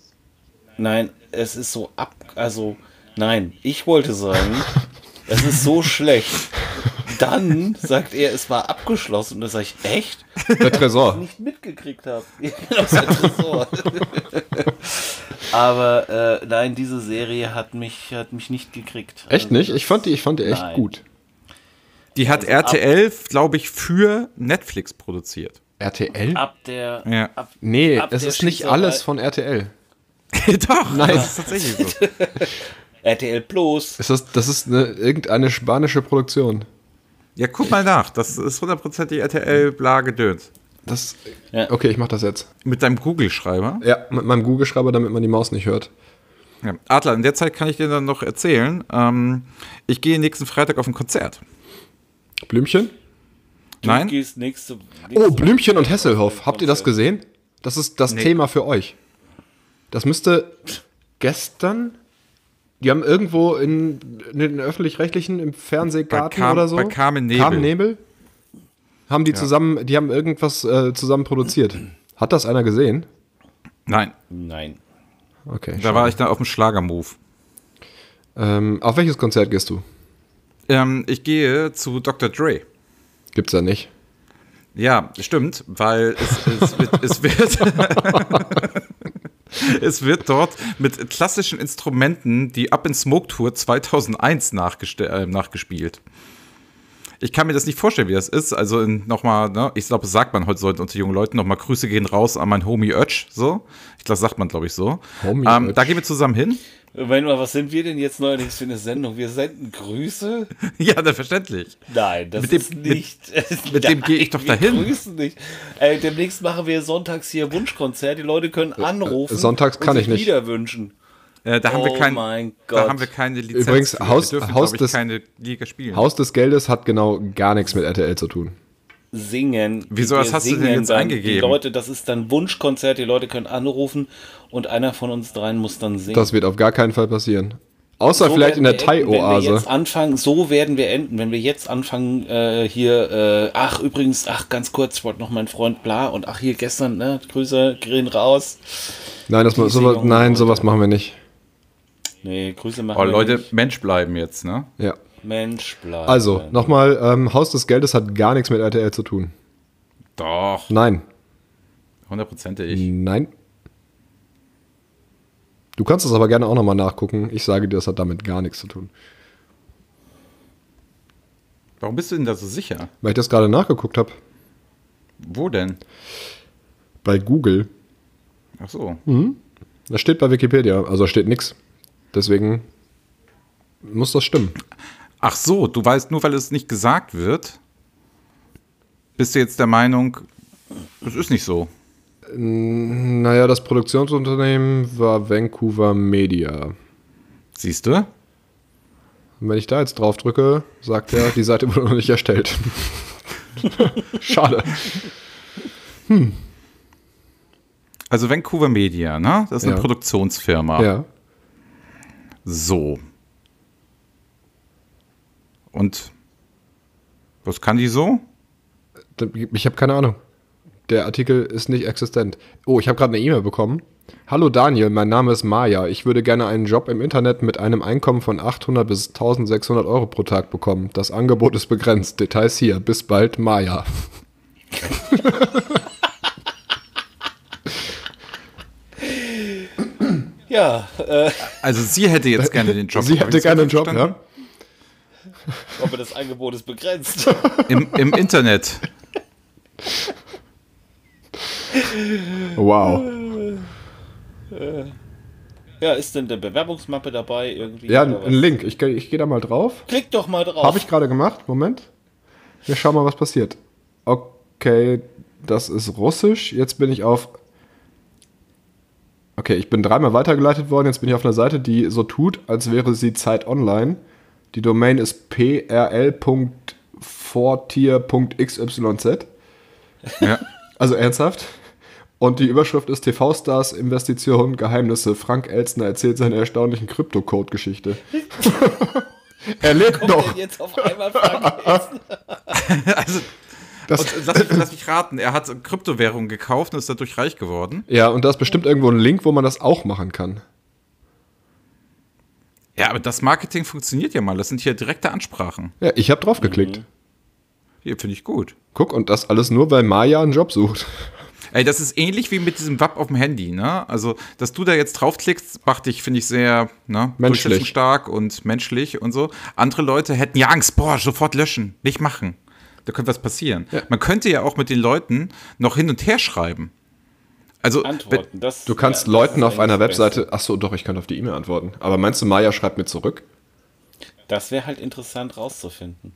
C: Nein, es ist so ab. Also, nein, ich wollte sagen, es ist so schlecht. Dann sagt er, es war abgeschlossen. Und da sage ich, echt?
A: Der Tresor.
C: nicht mitgekriegt habe. Aus dem Tresor. Aber äh, nein, diese Serie hat mich, hat mich nicht gekriegt.
A: Echt
C: Also
A: nicht?
C: das-
A: Ich fand die, ich fand die echt
C: Nein.
A: gut.
B: Die hat RTL, glaube ich, für Netflix produziert.
A: RTL?
C: Ab der.
B: Ja.
C: Ab,
A: Nee,
C: ab
A: es
C: der
A: ist nicht
C: Schießerei-
A: alles von RTL.
B: doch,
A: Nein.
B: das ist tatsächlich so.
C: RTL Plus.
A: Es ist, das ist eine, irgendeine spanische Produktion.
B: Ja, guck mal nach, das ist hundertprozentig RTL bla gedöns.
A: Das.
C: Ja.
A: Okay, ich mach das jetzt.
B: Mit deinem Google-Schreiber.
A: Ja, mit meinem Google-Schreiber, damit man die Maus nicht hört.
B: Ja. Adler, in der Zeit kann ich dir dann noch erzählen, ähm, ich gehe nächsten Freitag auf ein Konzert.
A: Blümchen?
C: Du
B: Nein?
C: gehst nächste. nächste
A: Oh, Blümchen und Hesselhoff. Habt ihr das gesehen? Das ist das Thema für euch. Das müsste gestern. Die haben irgendwo in, in den öffentlich-rechtlichen, im Fernsehgarten
B: Bei Kam-
A: oder so.
B: bei Carmen Nebel.
A: Carmen Nebel? Haben die zusammen, die haben irgendwas äh, zusammen produziert. Hat das einer gesehen?
B: Nein,
C: Nein.
A: Okay.
B: da war ich dann auf dem Schlagermove.
A: Ähm, auf welches Konzert gehst du?
B: Ähm, ich gehe zu Dr. Dre.
A: Gibt's da nicht.
B: Ja, stimmt, weil es, es wird, es wird, es wird dort mit klassischen Instrumenten die Up in Smoke Tour 2001 nachgeste- äh, nachgespielt. Ich kann mir das nicht vorstellen, wie das ist. Also nochmal, ne, ich glaube, das sagt man heute so unter jungen Leuten nochmal, Grüße gehen raus an mein Homie Ötsch, so. Ich glaube, das sagt man, glaube ich, so.
A: Homie
B: ähm,
A: Ötsch.
B: da gehen wir zusammen hin.
C: Moment mal, was sind wir denn jetzt neuerdings für eine Sendung? Wir senden Grüße?
B: ja, selbstverständlich.
C: Nein, das
B: Mit dem-
C: ist
B: mit-
C: nicht.
B: mit dem gehe ich doch dahin.
C: Wir grüßen nicht. Äh, demnächst machen wir sonntags hier Wunschkonzert. Die Leute können anrufen.
A: Äh, sonntags kann
C: und
A: ich
C: sich
A: nicht.
C: Lieder wünschen.
B: Äh, da, haben wir
C: Oh
B: kein,
C: mein
B: da
C: Gott.
B: haben wir keine Lizenz.
A: Übrigens,
B: für.
A: Haus-
B: wir dürfen,
A: Haus
B: glaub ich,
A: des-
B: keine Liga spielen.
A: Haus des Geldes hat genau gar nichts mit RTL zu tun.
C: singen.
B: Wieso,
C: Wir
B: was hast du denn
C: singen
B: jetzt
C: dann.
B: eingegeben?
C: Die Leute, das ist dann Wunschkonzert, die Leute können anrufen und einer von uns dreien muss dann singen.
A: Das wird auf gar keinen Fall passieren. Außer
C: So
A: vielleicht in
C: werden
A: der
C: wir enden, Wenn wir
A: Thai-Oase.
C: jetzt anfangen, so werden wir enden. Wenn wir jetzt anfangen, äh, hier, äh, ach übrigens, ach ganz kurz, ich wollte noch mein Freund bla und ach hier gestern, ne, Grüße, gehen raus.
A: Nein, das, sowas,
C: Seejungen-
A: nein, sowas machen wir nicht.
C: Nee, Grüße machen
B: Oh,
C: wir
B: Leute,
C: nicht.
B: Mensch bleiben jetzt, ne?
A: Ja.
C: Mensch bleiben.
A: Also, nochmal, ähm, Haus des Geldes hat gar nichts mit RTL zu tun.
B: Doch,
A: Nein.
B: hundertprozentig.
A: Nein. Du kannst das aber gerne auch nochmal nachgucken. Ich sage dir, das hat damit gar nichts zu tun.
B: Warum bist du denn da so sicher?
A: Weil ich das gerade nachgeguckt habe.
B: Wo denn?
A: Bei Google.
B: Ach so.
A: Hm. Das steht bei Wikipedia. Also da steht nichts. Deswegen muss das stimmen.
B: Ach so, du weißt, nur weil es nicht gesagt wird, bist du jetzt der Meinung, es ist nicht so.
A: Naja, das Produktionsunternehmen war Vancouver Media.
B: Siehst du?
A: Und wenn ich da jetzt drauf drücke, sagt er, die Seite wurde noch nicht erstellt. Schade.
B: Also Vancouver Media, ne? Das ist eine
A: Ja.
B: Produktionsfirma.
A: Ja.
B: So. Und was kann die so?
A: Ich habe keine Ahnung. Der Artikel ist nicht existent. Oh, ich habe gerade eine E-Mail bekommen. Hallo Daniel, mein Name ist Maya. Ich würde gerne einen Job im Internet mit einem Einkommen von 800 bis 1600 Euro pro Tag bekommen. Das Angebot ist begrenzt. Details hier. Bis bald, Maya.
C: Ja, äh,
B: Also sie hätte jetzt gerne den Job.
A: Sie
B: Hab
A: hätte
B: ich's
A: gerne einen
B: richtig
A: Job, ja?
B: verstanden?
C: aber das Angebot ist begrenzt.
B: Im, Im Internet.
A: Wow.
C: ja, ist denn eine Bewerbungsmappe dabei irgendwie?
A: Ja,
C: oder was?
A: ein Link. Ich, geh- ich gehe da mal drauf.
C: Klick doch mal drauf.
A: Habe ich gerade gemacht. Moment. Wir schauen mal, was passiert. Okay, das ist russisch. Jetzt bin ich auf. Okay, ich bin dreimal weitergeleitet worden. Jetzt bin ich auf einer Seite, die so tut, als wäre sie Zeit online. Die Domain ist prl.fortier.xyz.
B: Ja.
A: Also ernsthaft. Und die Überschrift ist TV-Stars Investition Geheimnisse. Frank Elzner erzählt seine erstaunlichen Krypto-Code-Geschichte. er lebt noch.
E: Denn Jetzt auf einmal Frank Elstner.
B: Also,
A: Das-
B: und lass, mich, lass mich raten, er hat Kryptowährungen gekauft und ist dadurch reich geworden.
A: Ja, und da ist
C: Mhm.
A: bestimmt irgendwo ein Link, wo man das auch machen kann.
B: Ja, aber das Marketing funktioniert ja mal. Das sind hier direkte Ansprachen.
A: Ja, ich habe drauf geklickt.
C: Mhm.
B: Hier finde ich gut.
A: Guck, und das alles nur, weil Maya einen Job sucht.
B: Ey, das ist ähnlich wie mit diesem WAP auf dem Handy, ne? Also, dass du da jetzt draufklickst, macht dich, finde ich, sehr ne,
A: Menschlich.
B: durchsetzungsstark und menschlich und so. Andere Leute hätten ja Angst, boah, sofort löschen, nicht machen. Da könnte was passieren. Man könnte ja auch mit den Leuten noch hin und her schreiben. Also, wenn-
C: Antworten. Das,
A: Du kannst
C: ja, das
A: Leuten
C: ist
A: auf einer
C: eigentlich das
A: Webseite. Ach so, doch, ich kann auf die E-Mail antworten. Aber meinst du, Maya schreibt mir zurück?
C: Beste. Das wäre halt interessant rauszufinden.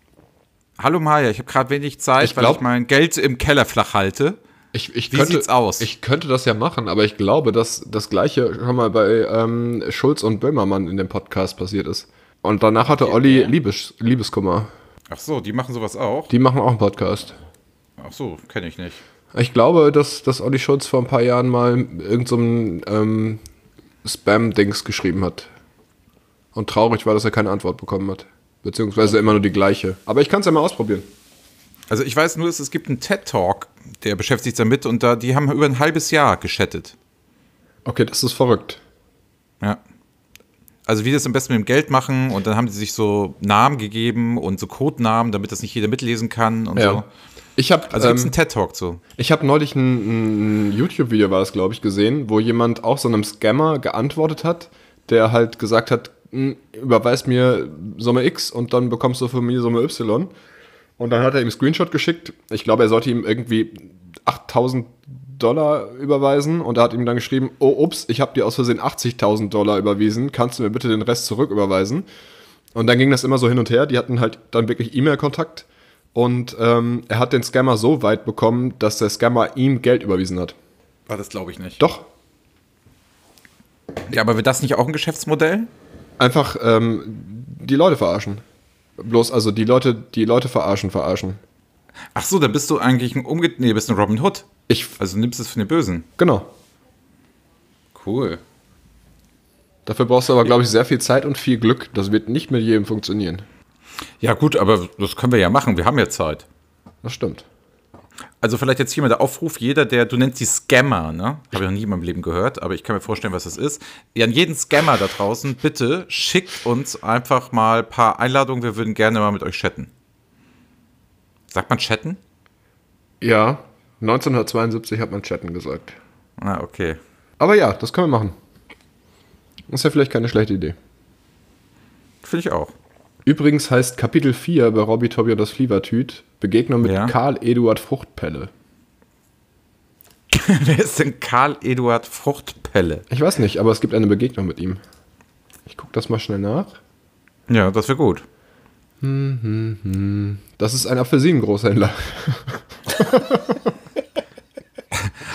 B: hallo Maya, ich habe gerade wenig Zeit,
A: Ich
B: weil
A: glaub-
B: ich mein Geld im Keller flach halte.
A: Ich, ich
B: Wie
A: könnte,
B: sieht's aus?
A: Ich könnte das ja machen, aber ich glaube, dass das Gleiche schon mal bei ähm, Schulz und Böhmermann in dem Podcast passiert ist. Und danach hatte Olli Liebes, Liebeskummer.
B: Ach so, die machen sowas auch?
A: Die machen auch einen Podcast.
B: Ach so, kenne ich nicht.
A: Ich glaube, dass, dass Olli Schulz vor ein paar Jahren mal irgendein so ein, ähm, Spam-Dings geschrieben hat. Und traurig war, dass er keine Antwort bekommen hat. Beziehungsweise immer nur die gleiche. Aber ich kann es ja mal ausprobieren.
B: Also ich weiß nur, dass es gibt einen TED-Talk, der beschäftigt sich damit und da, die haben über ein halbes Jahr geschattet.
A: Okay, das ist verrückt.
B: Ja. Also wie das am besten mit dem Geld machen und dann haben die sich so Namen gegeben und so Codenamen, damit das nicht jeder mitlesen kann und so.
A: Ich habe
B: Also gibt's
A: ähm,
B: einen TED-Talk zu.
A: Ich habe neulich ein, ein YouTube-Video, war das, glaube ich, gesehen, wo jemand auch so einem Scammer geantwortet hat, der halt gesagt hat, "Hm, überweis mir Summe X und dann bekommst du von mir Summe Y. Und dann hat er ihm einen Screenshot geschickt. Ich glaube, er sollte ihm irgendwie 8000 Dollar überweisen und er hat ihm dann geschrieben, oh ups, ich habe dir aus Versehen 80.000 Dollar überwiesen, kannst du mir bitte den Rest zurücküberweisen? Und dann ging das immer so hin und her. Die hatten halt dann wirklich E-Mail-Kontakt. Und ähm, er hat den Scammer so weit bekommen, dass der Scammer ihm Geld überwiesen hat.
B: Ah, das glaube ich nicht.
A: Doch.
B: Ja, aber wird das nicht auch ein Geschäftsmodell?
A: Einfach ähm, die Leute verarschen. Bloß also die Leute, die Leute verarschen, verarschen.
B: Ach so, dann bist du eigentlich ein Umge... Nee, bist ein Robin Hood.
A: Ich,
B: Also du nimmst es von den Bösen.
A: genau.
B: Cool.
A: Dafür brauchst du aber, glaube ich, sehr viel Zeit und viel Glück. Das wird nicht mit jedem funktionieren.
B: Ja gut, aber das können wir ja machen. Wir haben ja Zeit.
A: Das stimmt.
B: Also vielleicht jetzt hier mal der Aufruf, jeder, der, du nennst die Scammer, ne? Habe ich noch nie in meinem Leben gehört, aber ich kann mir vorstellen, was das ist. Ja, An jeden Scammer da draußen, bitte schickt uns einfach mal ein paar Einladungen, wir würden gerne mal mit euch chatten. Sagt man chatten?
A: Ja, 1972 hat man Chatten gesagt.
B: Ah, okay.
A: Aber ja, das können wir machen. Ist ja vielleicht keine schlechte Idee.
B: Finde ich auch.
A: Übrigens heißt Kapitel 4 bei Robbie Tobi und das Flievertüt Begegnung mit
B: Ja.
A: Karl Eduard Fruchtpelle.
B: Wer ist denn Karl Eduard Fruchtpelle?
A: Ich weiß nicht, aber es gibt eine Begegnung mit ihm. Ich gucke das mal schnell nach.
B: Ja, das wäre gut.
A: Das ist ein Apfelsinengroßhändler.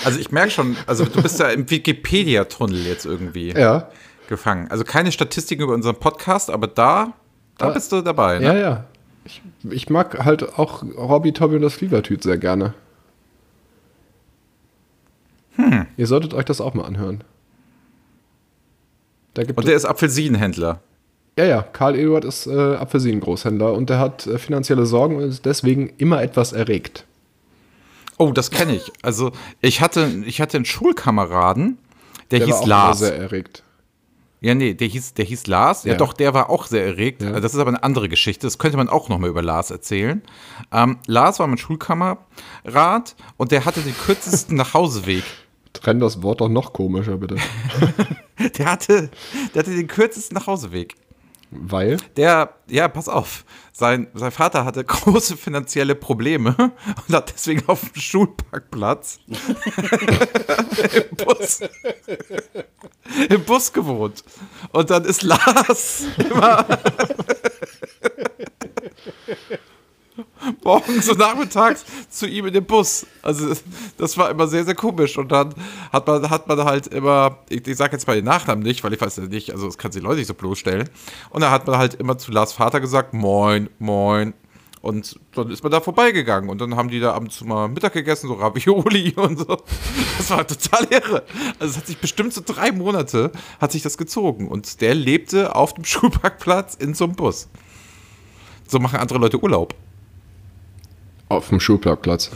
B: Also ich merke schon, also du bist ja im Wikipedia-Tunnel jetzt irgendwie
A: Ja,
B: gefangen. Also keine Statistiken über unseren Podcast, aber da, da
A: Da-
B: bist du dabei. Ne?
A: ja, ja. Ich, ich mag halt auch Robbie Tobi und das Flievertüt sehr gerne. Hm. Ihr solltet euch das auch mal anhören. Da gibt
B: Und der
A: es,
B: ist Apfelsinenhändler.
A: ja, ja, Karl Eduard ist äh, Apfelsinengroßhändler und der hat äh, finanzielle Sorgen und ist deswegen immer etwas erregt.
B: Oh, das kenne ich. Also ich hatte, ich hatte einen Schulkameraden, der,
A: Der war
B: hieß
A: auch
B: Lars.
A: immer sehr erregt.
B: ja, nee, der hieß, der hieß Lars. Ja.
A: Ja.
B: doch, der war auch sehr erregt.
A: Ja.
B: Also Das ist aber eine andere Geschichte. Das könnte man auch nochmal über Lars erzählen. Ähm, Lars war mein Schulkamerad und der hatte den kürzesten Nachhauseweg.
A: Trenn das Wort doch noch komischer, bitte.
B: Der hatte, der hatte den kürzesten Nachhauseweg.
A: Weil?
B: Der, ja, pass auf, sein, sein Vater hatte große finanzielle Probleme und hat deswegen auf dem Schulparkplatz im, Bus, im Bus gewohnt. Und dann ist Lars immer morgens und nachmittags zu ihm in den Bus. Also das- das war immer sehr, sehr komisch. Und dann hat man, hat man halt immer, ich, ich sage jetzt mal den Nachnamen nicht, weil ich weiß ja nicht, also das kann sich Leute nicht so bloßstellen. Und dann hat man halt immer zu Lars Vater gesagt, moin, moin. Und dann ist man da vorbeigegangen und dann haben die da ab und zu mal Mittag gegessen, so Ravioli und so. Das war total irre. Also es hat sich bestimmt so drei Monate hat sich das gezogen und der lebte auf dem Schulparkplatz in so einem Bus. So machen andere Leute Urlaub.
A: Auf dem Schulparkplatz.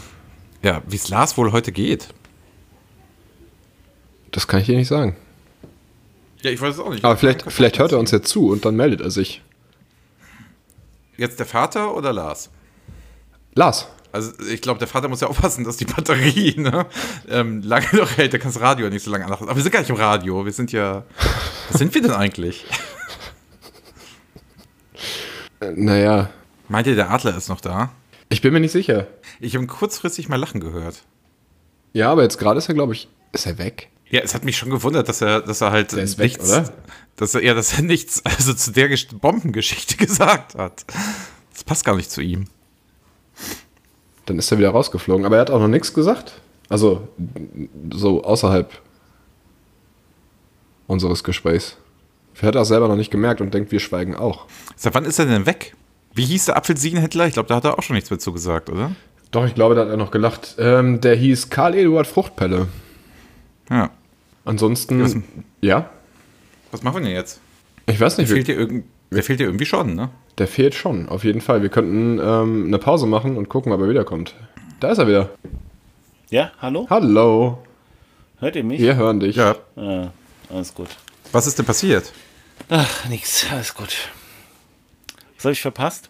B: Ja, wie es Lars wohl heute geht.
A: Das kann ich dir nicht sagen.
B: Ja, ich weiß es auch nicht.
A: Aber vielleicht, vielleicht hört er uns jetzt zu und dann meldet er sich.
B: Jetzt der Vater oder Lars?
A: Lars.
B: Also ich glaube, der Vater muss ja aufpassen, dass die Batterie ne, ähm, lange noch hält. Der kann das Radio nicht so lange anlassen. Aber wir sind gar nicht im Radio. Wir sind ja... Was sind wir denn eigentlich?
A: Äh, Naja,
B: Meint ihr, der Adler ist noch da?
A: ich bin mir nicht sicher.
B: Ich habe kurzfristig mal Lachen gehört.
A: Ja, aber jetzt gerade ist er, glaube ich, ist er weg?
B: Ja, es hat mich schon gewundert, dass er, dass er halt
A: Der ist weg,
B: nichts,
A: oder?
B: dass er, ja, dass er nichts, also zu der Gesch- Bombengeschichte gesagt hat. Das passt gar nicht zu ihm.
A: Dann ist er wieder rausgeflogen. Aber er hat auch noch nichts gesagt. Also, n- so außerhalb unseres Gesprächs. Vielleicht hat er auch selber noch nicht gemerkt und denkt, wir schweigen auch.
B: Seit wann ist er denn weg? Wie hieß der Apfelsinenhändler? Ich glaube, da hat er auch schon nichts mehr zugesagt, oder?
A: Doch, ich glaube, da hat er noch gelacht. Ähm, der hieß Karl Eduard Fruchtpelle.
B: Ja. Was,
A: Ansonsten, ja,
B: was machen wir denn jetzt?
A: ich weiß
B: Der
A: nicht, wir-
B: fehlt dir, irgend, der fehlt dir irgendwie schon, ne?
A: der fehlt schon, auf jeden Fall. Wir könnten ähm, eine Pause machen und gucken, ob er wiederkommt. Da ist er wieder.
C: Ja, hallo?
A: Hallo,
C: Hört ihr mich?
A: wir hören dich.
B: Ja.
C: Äh, alles gut.
B: Was ist denn passiert?
C: Ach, nix, alles gut. Was habe ich verpasst?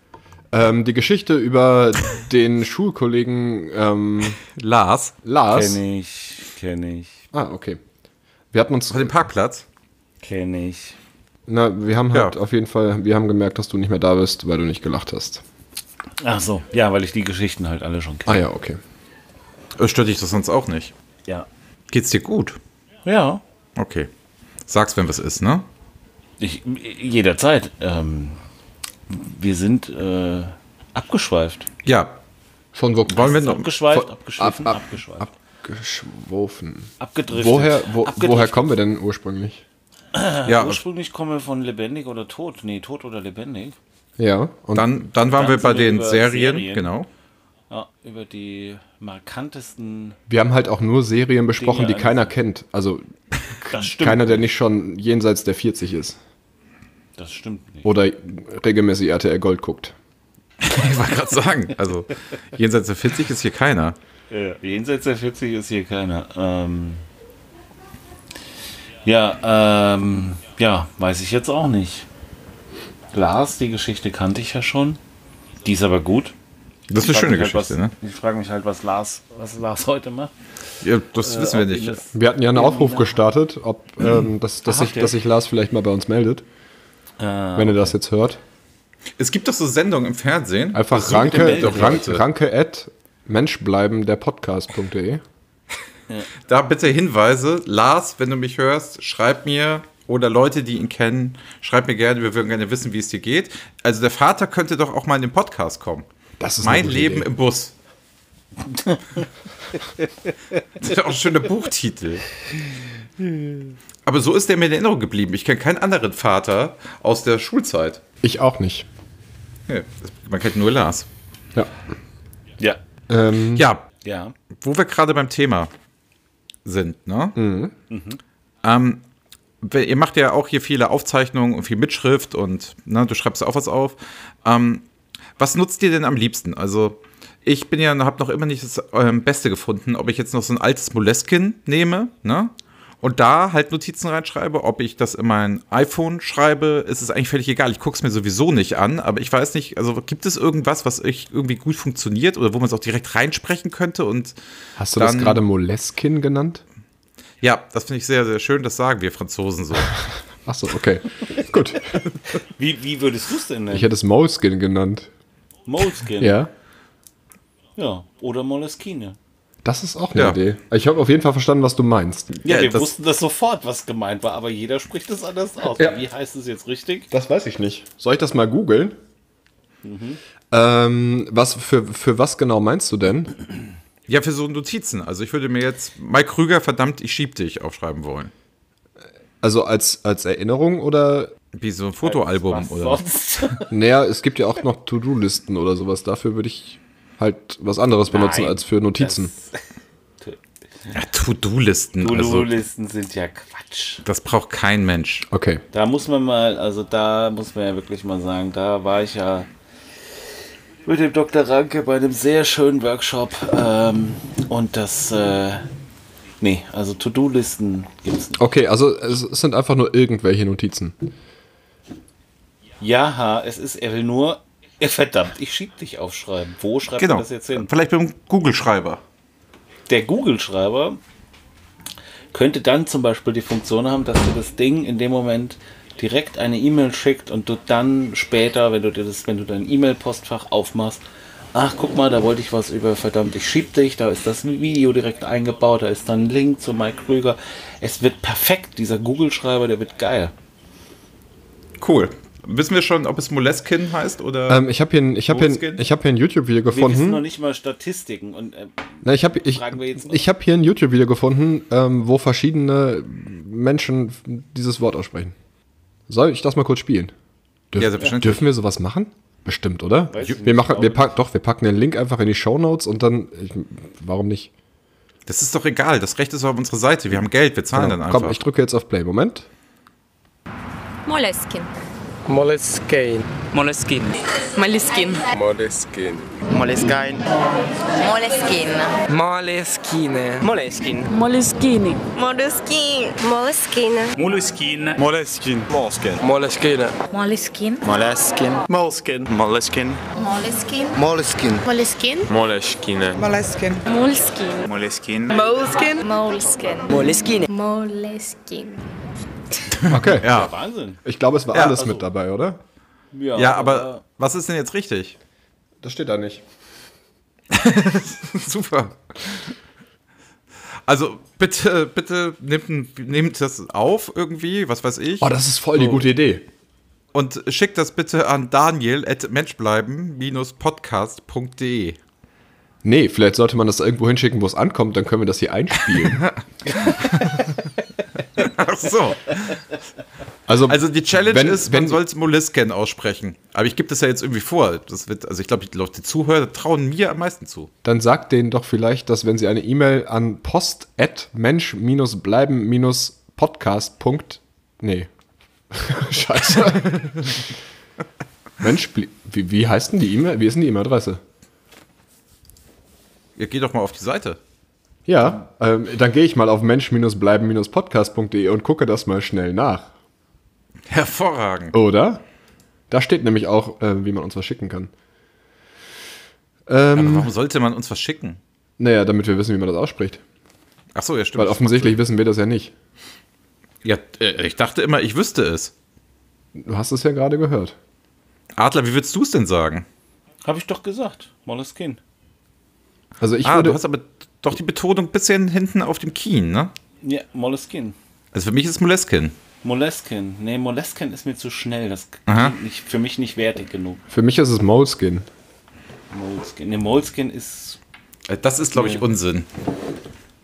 A: Ähm, die Geschichte über den Schulkollegen ähm,
B: Lars.
A: Lars.
C: Kenn ich, kenn ich,
A: Ah, okay. Wir hatten uns,
B: Auf dem Parkplatz.
C: kenn ich.
A: na, wir haben
B: Ja.
A: halt auf jeden Fall, wir haben gemerkt, dass du nicht mehr da bist, weil du nicht gelacht hast.
C: Ach so, ja, weil ich die Geschichten halt alle schon kenne.
A: Ah ja, okay.
B: Äh, Stört dich das sonst auch nicht?
C: Ja.
B: Geht's dir gut?
C: Ja.
B: Okay. Sag's, wenn was ist, ne?
C: Ich, jederzeit. Ähm, wir sind äh, abgeschweift.
B: Ja.
A: Von wo?
B: Wollen wir noch.
C: Abgeschweift,
A: Von-
C: abgeschwiffen,
A: Genau. ab- ab-
C: abgeschweift.
A: Abgeschwofen.
C: abgedriftet.
A: Woher, wo,
C: Abgedriftet.
A: woher kommen wir denn ursprünglich?
B: Ja,
C: Ursprünglich kommen wir von lebendig oder tot. Nee, tot oder lebendig.
A: Ja, und
B: dann, dann waren
C: Dann
B: wir bei
C: sind wir
B: den
C: über
B: Serien,
C: Serien.
B: genau.
C: Ja, über die markantesten.
A: wir haben halt auch nur Serien besprochen,
C: Dinge
A: die keiner kennt. Also
C: Das stimmt.
A: keiner, der nicht schon jenseits der 40 ist
C: das stimmt nicht.
A: oder regelmäßig RTL Gold guckt.
B: Ich wollte gerade sagen, also jenseits der 40 ist hier keiner.
C: Ja, Äh, jenseits der 40 ist hier keiner. Ähm, ja, ähm, ja, weiß ich jetzt auch nicht. Lars, die Geschichte kannte ich ja schon. Die ist aber gut.
B: Das ist eine
C: Ich frag
B: schöne
C: mich halt,
B: Geschichte, ne?
C: was, Ich frage mich halt, was Lars, was Lars heute macht.
B: Ja, das wissen wir
C: Äh, Ob ihn
B: nicht.
C: das-
A: Wir hatten ja einen Aufruf gestartet, ob ähm, dass, dass,
C: Aha,
A: sich,
C: der-
A: dass sich Lars vielleicht mal bei uns meldet, wenn er das jetzt hört.
B: Es gibt doch so Sendungen im Fernsehen.
A: Einfach
B: Versucht ihr
A: ranke,
B: meldet doch
A: ranke,
B: Leute.
A: ranke at menschbleiben der Podcast.de.
B: Da bitte Hinweise. Lars, wenn du mich hörst, schreib mir oder Leute, die ihn kennen, schreib mir gerne. Wir würden gerne wissen, wie es dir geht. Also der Vater könnte doch auch mal in den Podcast kommen.
A: Das ist eine
B: mein
A: gute
B: Leben
A: Idee.
B: im Bus. das ist auch ein schöner Buchtitel. Aber so ist der mir in Erinnerung geblieben. Ich kenne keinen anderen Vater aus der Schulzeit.
A: Ich auch nicht.
B: Nee, Man kennt nur Lars.
A: Ja.
C: Ja,
A: Ähm,
B: Ja,
C: ja.
B: wo wir gerade beim Thema sind, ne? Ähm, we- ihr macht ja auch hier viele Aufzeichnungen und viel Mitschrift und ne, du schreibst auch was auf. Ähm, was nutzt ihr denn am liebsten? Also ich bin ja, habe noch immer nicht das ähm, Beste gefunden, ob ich jetzt noch so ein altes Moleskine nehme, ne? Und da halt Notizen reinschreibe, ob ich das in mein iPhone schreibe, ist es eigentlich völlig egal. Ich gucke es mir sowieso nicht an, aber ich weiß nicht, also gibt es irgendwas, was ich irgendwie gut funktioniert oder wo man es auch direkt reinsprechen könnte und
A: hast du das
B: dann-
A: gerade Moleskin genannt?
B: ja, das finde ich sehr, sehr schön, das sagen wir Franzosen so.
A: Achso, okay. Gut.
C: Wie, wie würdest du es denn
A: Ich
C: nennen?
A: hätte es Moleskin genannt.
C: Moleskin.
A: Ja.
C: ja. Oder Moleskine.
A: Das ist auch eine
B: Ja.
A: Idee. Ich habe auf jeden Fall verstanden, was du meinst.
C: Ja,
B: Ja,
C: wir
B: das-
C: wussten das sofort, was gemeint war, aber jeder spricht das anders aus.
A: Ja.
C: Wie heißt es jetzt richtig?
A: Das weiß ich nicht. Soll ich das mal googeln? Ähm, was für, für was genau meinst du denn?
B: Ja, für so Notizen. Also ich würde mir jetzt Mike Krüger, verdammt, ich schieb dich aufschreiben wollen.
A: Also als, als Erinnerung oder
B: Wie so ein Fotoalbum
C: Was
B: oder.
C: sonst?
A: Naja, es gibt ja auch noch To-Do-Listen oder sowas. Dafür würde ich halt was anderes benutzen
C: Nein,
A: als für Notizen.
B: Ja, To-Do-Listen. Also,
C: Listen sind ja Quatsch.
B: das braucht kein Mensch.
A: Okay.
C: Da muss man mal, also da muss man ja wirklich mal sagen, da war ich ja mit dem Dr. Ranke bei einem sehr schönen Workshop ähm, und das, äh, nee, also To-Do-Listen gibt's nicht.
A: Okay, also es es sind einfach nur irgendwelche Notizen.
C: Ja, es ist, er will nur, eh, verdammt, ich schieb dich aufschreiben. Wo schreibt
B: Genau.
C: man das jetzt hin?
B: Vielleicht beim Google-Schreiber.
C: Der Google-Schreiber könnte dann zum Beispiel die Funktion haben, dass du das Ding in dem Moment direkt eine E-Mail schickt und du dann später, wenn du dir das, wenn du dein E-Mail-Postfach aufmachst, ach guck mal, da wollte ich was über verdammt, ich schieb dich, da ist das Video direkt eingebaut, da ist dann ein Link zu Mike Krüger. Es wird perfekt, dieser Google-Schreiber, der wird geil.
B: Cool. Wissen wir schon, ob es Moleskin heißt oder.
A: Ähm, ich habe hier, ein- ich hab hier, ein-
B: Moleskine?
A: ich hab hier ein YouTube-Video
C: Wir wissen noch
A: gefunden.
C: nicht mal Statistiken und äh,
A: Na, ich habe ich,
C: Fragen wir jetzt noch.
A: ich hab hier ein YouTube-Video gefunden, ähm, wo verschiedene Menschen dieses Wort aussprechen. Soll ich das mal kurz spielen? Dürf,
B: Ja, selbstverständlich.
A: dürfen wir sowas machen? Bestimmt, oder?
C: Weiß ich
A: wir
C: nicht,
A: machen,
C: glaube
A: wir
C: ich.
A: pack, doch, wir packen den Link einfach in die Show Notes und dann. Ich, warum nicht?
B: das ist doch egal. Das Recht ist auf unserer Seite. Wir haben Geld. Wir zahlen dann einfach.
A: Genau. Komm, ich drücke jetzt auf Play. Moment.
F: Moleskine.
G: Moleskine.
H: Moleskine.
F: Moleskine.
G: Moleskine.
F: Moleskine.
G: Moleskine. Moleskine.
F: Moleskine. Moleskine.
G: Moleskine.
F: Moleskine.
G: Moleskine. Moleskine. Moleskine.
F: Moleskine.
G: Moleskine.
F: Moleskine. Moleskine. Moleskine. Moleskine. Moleskine. Moleskine. Moleskine.
A: Okay.
C: Wahnsinn.
A: Ich glaube, es war
B: Ja,
A: alles
C: also-
A: mit dabei, oder?
B: ja, aber was ist denn jetzt richtig?
A: Das steht da nicht.
B: Super. Also bitte, bitte nehmt, ein- nehmt das auf irgendwie, was weiß ich.
A: Oh, das ist voll die gute Idee.
B: Und schickt das bitte an daniel at menschbleiben-podcast.de.
A: Nee, vielleicht sollte man das irgendwo hinschicken, wo es ankommt, dann können wir das hier einspielen.
B: Ach so.
A: Also,
B: Also die Challenge
A: wenn,
B: ist,
A: wenn
B: man soll es Molesken aussprechen. Aber ich gebe das ja jetzt irgendwie vor. Das wird, also ich glaube, die Leute, die Zuhörer trauen mir am meisten zu.
A: dann sagt denen doch vielleicht, dass wenn sie eine E-Mail an post@mensch-bleiben-podcast. Nee. Scheiße. Mensch, blie- wie, wie heißt denn die E-Mail? Wie ist denn die E-Mail-Adresse?
B: Ihr geht doch mal auf die Seite.
A: Ja, ähm, dann gehe ich mal auf mensch-bleiben-podcast.de und gucke das mal schnell nach.
B: Hervorragend.
A: Oder? Da steht nämlich auch, äh, wie man uns was schicken kann. Ähm,
B: Aber warum sollte man uns was schicken?
A: Naja, damit wir wissen, wie man das ausspricht.
B: Ach so, ja, stimmt.
A: Weil offensichtlich wissen wir das ja nicht.
B: ja, äh, ich dachte immer, ich wüsste es.
A: Du hast es ja gerade gehört.
B: Adler, wie würdest du es denn sagen?
C: Habe ich doch gesagt, Moleskine.
A: Also ich
B: ah,
A: würde.
B: du hast aber doch die Betonung bisschen hinten auf dem Kien, ne?
C: Ja, Moleskine.
B: Also für mich ist Moleskin.
C: Moleskin. Nee, Moleskin ist mir zu schnell. Das
B: Aha.
C: klingt nicht, für mich nicht wertig genug.
A: für mich ist es Moleskin.
C: Moleskin. Nee, Moleskin ist
B: Äh, Das ist, glaube ich,
C: Nee.
B: Unsinn.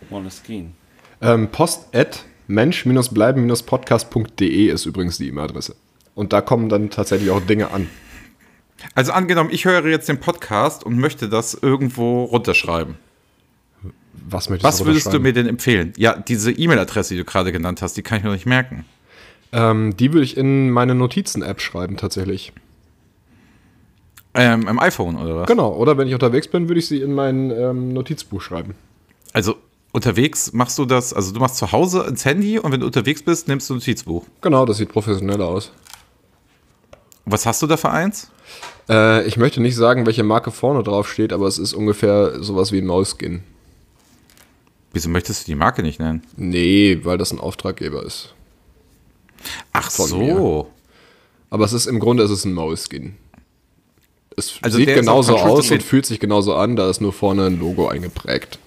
C: Moleskin.
A: Ähm, post at mensch-bleiben-podcast.de ist übrigens die E-Mail-Adresse. Und da kommen dann tatsächlich auch Dinge an.
B: Also angenommen, ich höre jetzt den Podcast und möchte das irgendwo runterschreiben.
A: Was möchtest
B: Was würdest du
A: runterschreiben?
B: mir denn empfehlen? Ja, diese E-Mail-Adresse, die du gerade genannt hast, die kann ich mir noch nicht merken.
A: Ähm, die würde ich in meine Notizen-App schreiben, tatsächlich.
B: Ähm, im iPhone oder was?
A: Genau, oder wenn ich unterwegs bin, würde ich sie in mein ähm, Notizbuch schreiben.
B: Also unterwegs machst du das, also du machst zu Hause ins Handy und wenn du unterwegs bist, nimmst du ein Notizbuch.
A: Genau, das sieht professioneller aus.
B: Was hast du da für eins?
A: Äh, ich möchte nicht sagen, welche Marke vorne drauf steht, aber es ist ungefähr sowas wie ein Mauskin.
B: Wieso möchtest du die Marke nicht nennen?
A: Nee, weil das ein Auftraggeber ist.
B: Ach
A: Von
B: so.
A: Aber es ist im Grunde ist es ist ein Mauskin. Es
B: Also
A: sieht
B: der ist
A: genauso
B: auf Control
A: aus
B: C.
A: und fühlt sich genauso an, da ist nur vorne ein Logo eingeprägt.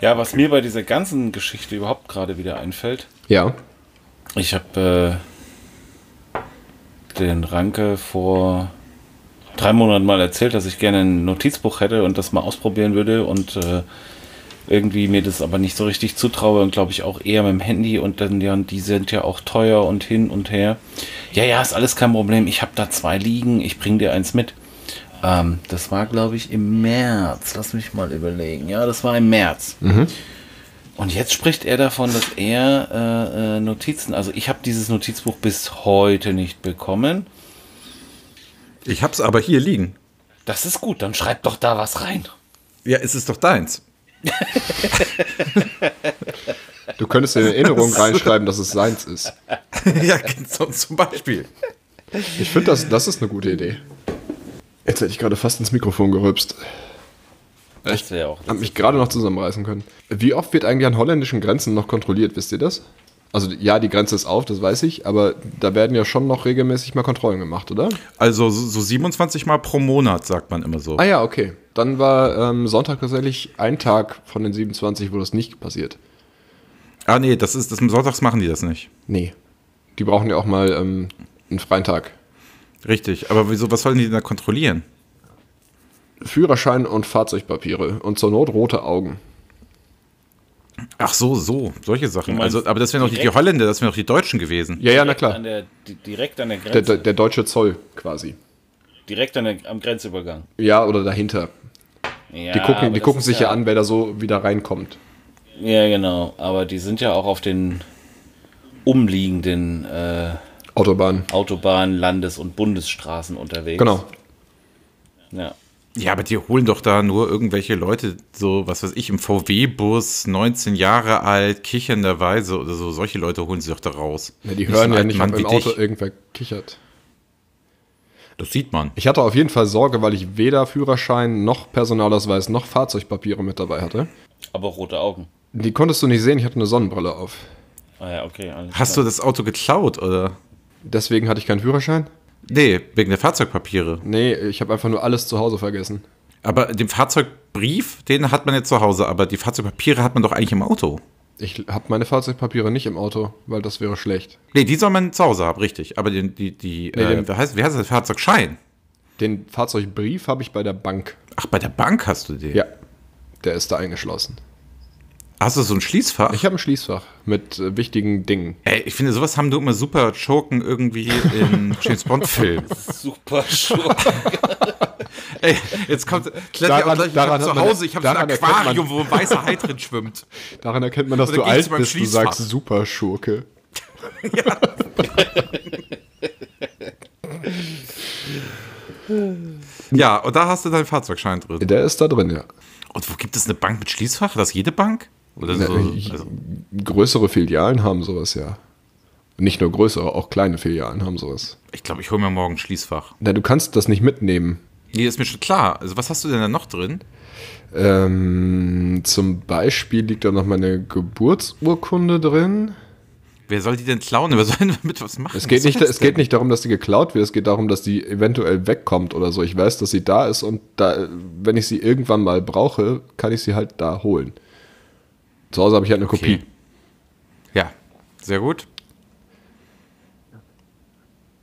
C: Ja, was mir bei dieser ganzen Geschichte überhaupt gerade wieder einfällt,
A: Ja.
C: ich habe äh, den Ranke vor drei Monaten mal erzählt, dass ich gerne ein Notizbuch hätte und das mal ausprobieren würde und äh, irgendwie mir das aber nicht so richtig zutraue und glaube ich auch eher mit dem Handy und dann ja, die sind ja auch teuer und hin und her. Ja, ja, ist alles kein Problem. Ich habe da zwei liegen, ich bring dir eins mit. Ähm, das war, glaube ich, im März. Lass mich mal überlegen. Ja, das war im März. Und jetzt spricht er davon, dass er äh, äh, Notizen, also ich habe dieses Notizbuch bis heute nicht bekommen.
B: Ich hab's aber hier liegen.
C: Das ist gut, dann schreib doch da was rein.
B: Ja, es ist doch deins.
A: Du könntest in Erinnerung reinschreiben, dass es seins ist.
B: ja, so, zum Beispiel.
A: Ich finde, das, das ist eine gute Idee. Jetzt hätte ich gerade fast ins Mikrofon gerülpst.
C: Das wäre auch.
A: Hab mich gerade noch zusammenreißen können. Wie oft wird eigentlich an holländischen Grenzen noch kontrolliert, wisst ihr das? Also ja, die Grenze ist auf, das weiß ich, aber da werden ja schon noch regelmäßig mal Kontrollen gemacht, oder?
B: Also so, so 27 Mal pro Monat, sagt man immer so.
A: Ah ja, okay. Dann war ähm, Sonntag tatsächlich ein Tag von den 27, wo das nicht passiert.
B: Ah nee, das ist, das, sonntags machen die das nicht.
A: Nee. Die brauchen ja auch mal ähm, einen freien Tag.
B: Richtig, aber wieso, was sollen die denn da kontrollieren?
A: Führerschein und Fahrzeugpapiere und zur Not rote Augen.
B: Ach so, so, solche Sachen.
C: meinst
B: Also, aber das wären doch nicht die
C: direkt?
B: Holländer, das wären doch die Deutschen gewesen.
A: Ja, ja, na
C: An
A: klar.
C: der, di- direkt an der
A: Der,
C: Grenze.
A: der, der deutsche Zoll quasi.
C: direkt an der, am Grenzübergang.
A: Ja, oder dahinter.
C: Ja,
A: Die
C: aber
A: gucken, die
C: das
A: gucken
C: ist
A: sich ja an, wer da so wieder reinkommt.
C: Ja, genau. Aber die sind ja auch auf den umliegenden äh,
A: Autobahn.
C: Autobahnen, Landes- und Bundesstraßen unterwegs.
A: Genau.
C: Ja.
B: Ja, aber die holen doch da nur irgendwelche Leute, so, was weiß ich, im VW-Bus, 19 Jahre alt, kichernderweise oder so. Solche Leute holen sie doch da raus.
A: Ja, die
B: so
A: hören
B: einen
A: ja
B: alten
A: nicht,
B: Mann
A: ob im
B: wie dich.
A: Auto irgendwer kichert.
B: Das sieht man.
A: Ich hatte auf jeden Fall Sorge, weil ich weder Führerschein noch Personalausweis noch Fahrzeugpapiere mit dabei hatte.
C: Aber rote Augen.
A: Die konntest du nicht sehen, ich hatte eine Sonnenbrille auf.
C: Ah ja, okay. Alles
B: Hast du das Auto geklaut, oder?
A: Deswegen hatte ich keinen Führerschein.
B: Nee, wegen der Fahrzeugpapiere.
A: Nee, ich habe einfach nur alles zu Hause vergessen.
B: Aber den Fahrzeugbrief, den hat man ja zu Hause, aber die Fahrzeugpapiere hat man doch eigentlich im Auto.
A: Ich habe meine Fahrzeugpapiere nicht im Auto, weil das wäre schlecht.
B: Nee, die soll man zu Hause haben, richtig. Aber den, die, die,
A: Nee,
B: äh,
A: den-
B: wie heißt, wie heißt das? Fahrzeugschein.
A: Den Fahrzeugbrief habe ich bei der Bank.
B: Ach, bei der Bank hast du den.
A: Ja, der ist da eingeschlossen.
B: Hast du so ein Schließfach?
A: Ich habe ein Schließfach mit äh, wichtigen Dingen.
B: Ey, ich finde, sowas haben du immer super Schurken irgendwie in James Bond-Filmen.
C: super Schurke.
B: Ey, jetzt kommt Kletti
A: Daran-
B: auch gleich, ich
A: daran
B: hab
A: hat
B: zu
A: man-
B: Hause, ich habe so
A: daran
B: ein
A: erkennt man-
B: Aquarium, wo ein weißer Hai drin schwimmt.
A: Daran erkennt man, dass
B: Oder
A: du
B: geht's
A: alt
B: beim
A: bist. Du
B: Schließfach?
A: sagst super Schurke.
B: Ja, und da hast du deinen Fahrzeugschein drin.
A: Der ist da drin, ja.
B: Und wo gibt es eine Bank mit Schließfach? Das jede Bank? Oder so?
A: ich-
B: Also,
A: Größere Filialen haben sowas ja. Nicht nur größere, auch kleine Filialen haben sowas.
B: ich glaube, ich hole mir morgen ein Schließfach.
A: Na, du kannst das nicht mitnehmen.
B: Nee, ist mir schon klar. Also, was hast du denn da noch drin?
A: Ähm, zum Beispiel liegt da noch meine Geburtsurkunde drin.
B: Wer soll die denn klauen? Wer soll denn damit was machen?
A: Es geht,
B: Was
A: nicht,
B: soll das
A: es geht
B: denn?
A: nicht darum, dass die geklaut wird, es geht darum, dass die eventuell wegkommt oder so. Ich weiß, dass sie da ist und da, wenn ich sie irgendwann mal brauche, kann ich sie halt da holen. Zu Hause habe ich halt eine Kopie.
B: Okay. Ja, sehr gut.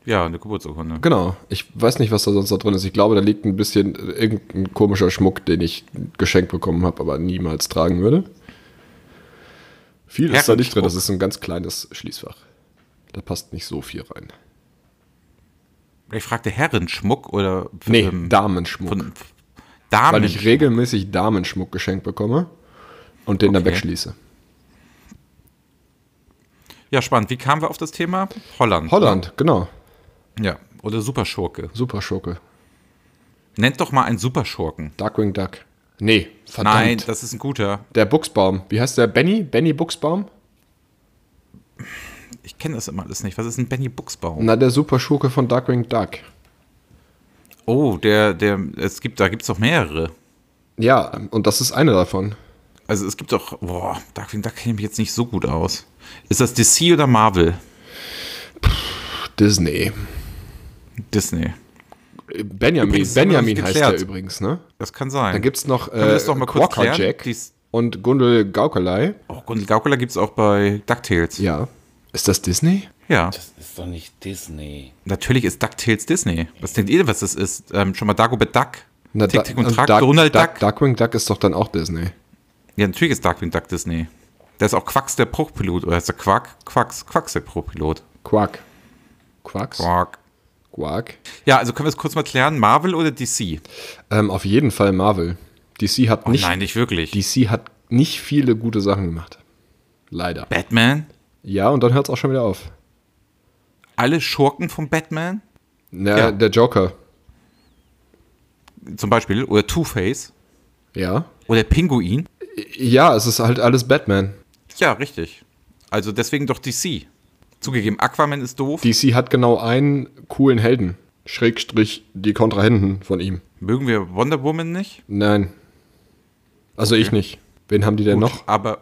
B: Ja, eine Geburtsurkunde.
A: Genau. Ich weiß nicht, was da sonst da drin ist. Ich glaube, da liegt ein bisschen äh, irgendein komischer Schmuck, den ich geschenkt bekommen habe, aber niemals tragen würde. Viel ist da nicht drin. Das ist ein ganz kleines Schließfach. Da passt nicht so viel rein.
B: Ich fragte Herrenschmuck oder
A: Nee,
B: ähm,
A: Damenschmuck.
B: von
A: weil
B: Damen.
A: ich regelmäßig Damenschmuck geschenkt bekomme und den dann
B: Okay.
A: wegschließe.
B: Ja, spannend. Wie kamen wir auf das Thema? Holland.
A: Holland, genau.
B: Ja, oder Superschurke.
A: Super Schurke.
B: Nennt doch mal einen Superschurken.
A: Darkwing Duck. Nee, verdammt.
B: Nein, das ist ein guter.
A: der Buchsbaum. Wie heißt der? Benny? Benny Buchsbaum?
B: Ich kenne das immer alles nicht. Was ist ein Benny Buchsbaum?
A: Na, der Super Schurke von Darkwing Duck.
B: Oh, der, der, es gibt, da gibt es doch mehrere.
A: Ja, und das ist eine davon.
B: Also es gibt doch, boah, Darkwing Duck kenne ich mich jetzt nicht so gut aus. Ist das DC oder Marvel?
A: Disney.
B: Disney.
A: Benjamin,
B: Übrigens ist
A: Benjamin
B: immer noch
A: heißt
B: nicht
A: der
B: geklärt.
A: übrigens, ne?
B: Das kann sein.
A: Dann gibt's noch
B: Können wir
A: äh,
B: das doch mal kurz
A: Quokka
B: klären?
A: Jack
B: Dies-
A: und Gundel Gaukelei.
B: oh, Gundel Gaukler gibt es auch bei DuckTales.
A: Ja. Ist das Disney?
B: ja.
C: Das ist doch nicht Disney.
B: Natürlich ist DuckTales Disney. Was denkt ihr, was das ist? Ähm, schon mal Dagobert Duck?
A: Na,
B: Tick,
A: da-
B: Tick und
A: und
B: Track,
A: Dark-
B: Donald
A: Dark-
B: Duck.
A: Darkwing Duck ist doch dann auch Disney.
B: Ja, natürlich ist Darkwing Duck Disney. Da ist auch Quacks der Bruchpilot. Oder heißt der Quack? Quacks. Quacks der Bruchpilot.
A: Quack. Quacks?
B: Quack.
A: Quack.
B: Ja, also können wir es kurz mal klären. Marvel oder DC?
A: Ähm, auf jeden Fall Marvel. DC hat
B: Oh
A: nicht,
B: nein, nicht wirklich.
A: DC hat nicht viele gute Sachen gemacht. Leider.
B: Batman?
A: Ja, und dann hört es auch schon wieder auf.
B: Alle Schurken von Batman?
A: Na,
B: Ja.
A: Der Joker.
B: Zum Beispiel. Oder Two-Face?
A: Ja.
B: Oder Pinguin?
A: Ja, es ist halt alles Batman.
B: Ja, richtig. Also deswegen doch DC. Zugegeben, Aquaman ist doof.
A: DC hat genau einen coolen Helden. Schrägstrich die Kontrahenten von ihm.
B: Mögen wir Wonder Woman nicht?
A: Nein. Also ich nicht. Wen haben die denn noch?
B: Aber,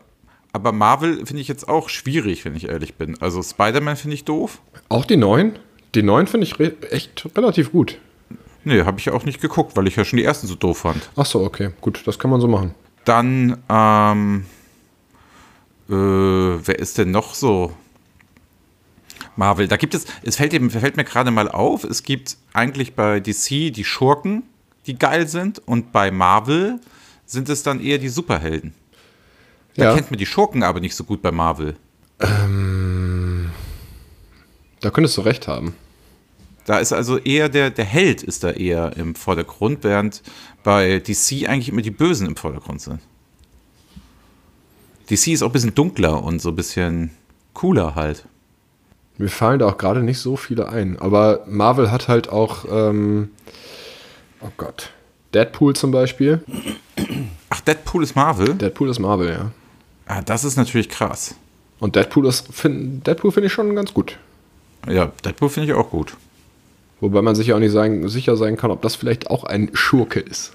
B: aber Marvel finde ich jetzt auch schwierig, wenn ich ehrlich bin. Also Spider-Man finde ich doof.
A: Auch die neuen? Die neuen finde ich re echt relativ gut.
B: Nee, habe ich ja auch nicht geguckt, weil ich ja schon die ersten so doof fand.
A: Ach so, okay. Gut, das kann man so machen.
B: Dann, ähm, äh, wer ist denn noch so? Marvel, da gibt es, es fällt, eben, fällt mir gerade mal auf, es gibt eigentlich bei DC die Schurken, die geil sind, und bei Marvel sind es dann eher die Superhelden. Da
A: ja,
B: kennt man die Schurken aber nicht so gut bei Marvel.
A: da könntest du recht haben.
B: Da ist also eher der, der Held ist da eher im Vordergrund, während bei DC eigentlich immer die Bösen im Vordergrund sind. DC ist auch ein bisschen dunkler und so ein bisschen cooler halt.
A: Mir fallen da auch gerade nicht so viele ein. Aber Marvel hat halt auch, ähm, oh Gott, Deadpool zum Beispiel.
B: Ach, Deadpool ist Marvel?
A: Deadpool ist Marvel, ja.
B: Ah, das ist natürlich krass.
A: Und Deadpool ist, find, Deadpool finde ich schon ganz gut.
B: Ja, Deadpool finde ich auch gut.
A: Wobei man sich ja auch nicht sein, sicher sein kann, ob das vielleicht auch ein Schurke ist.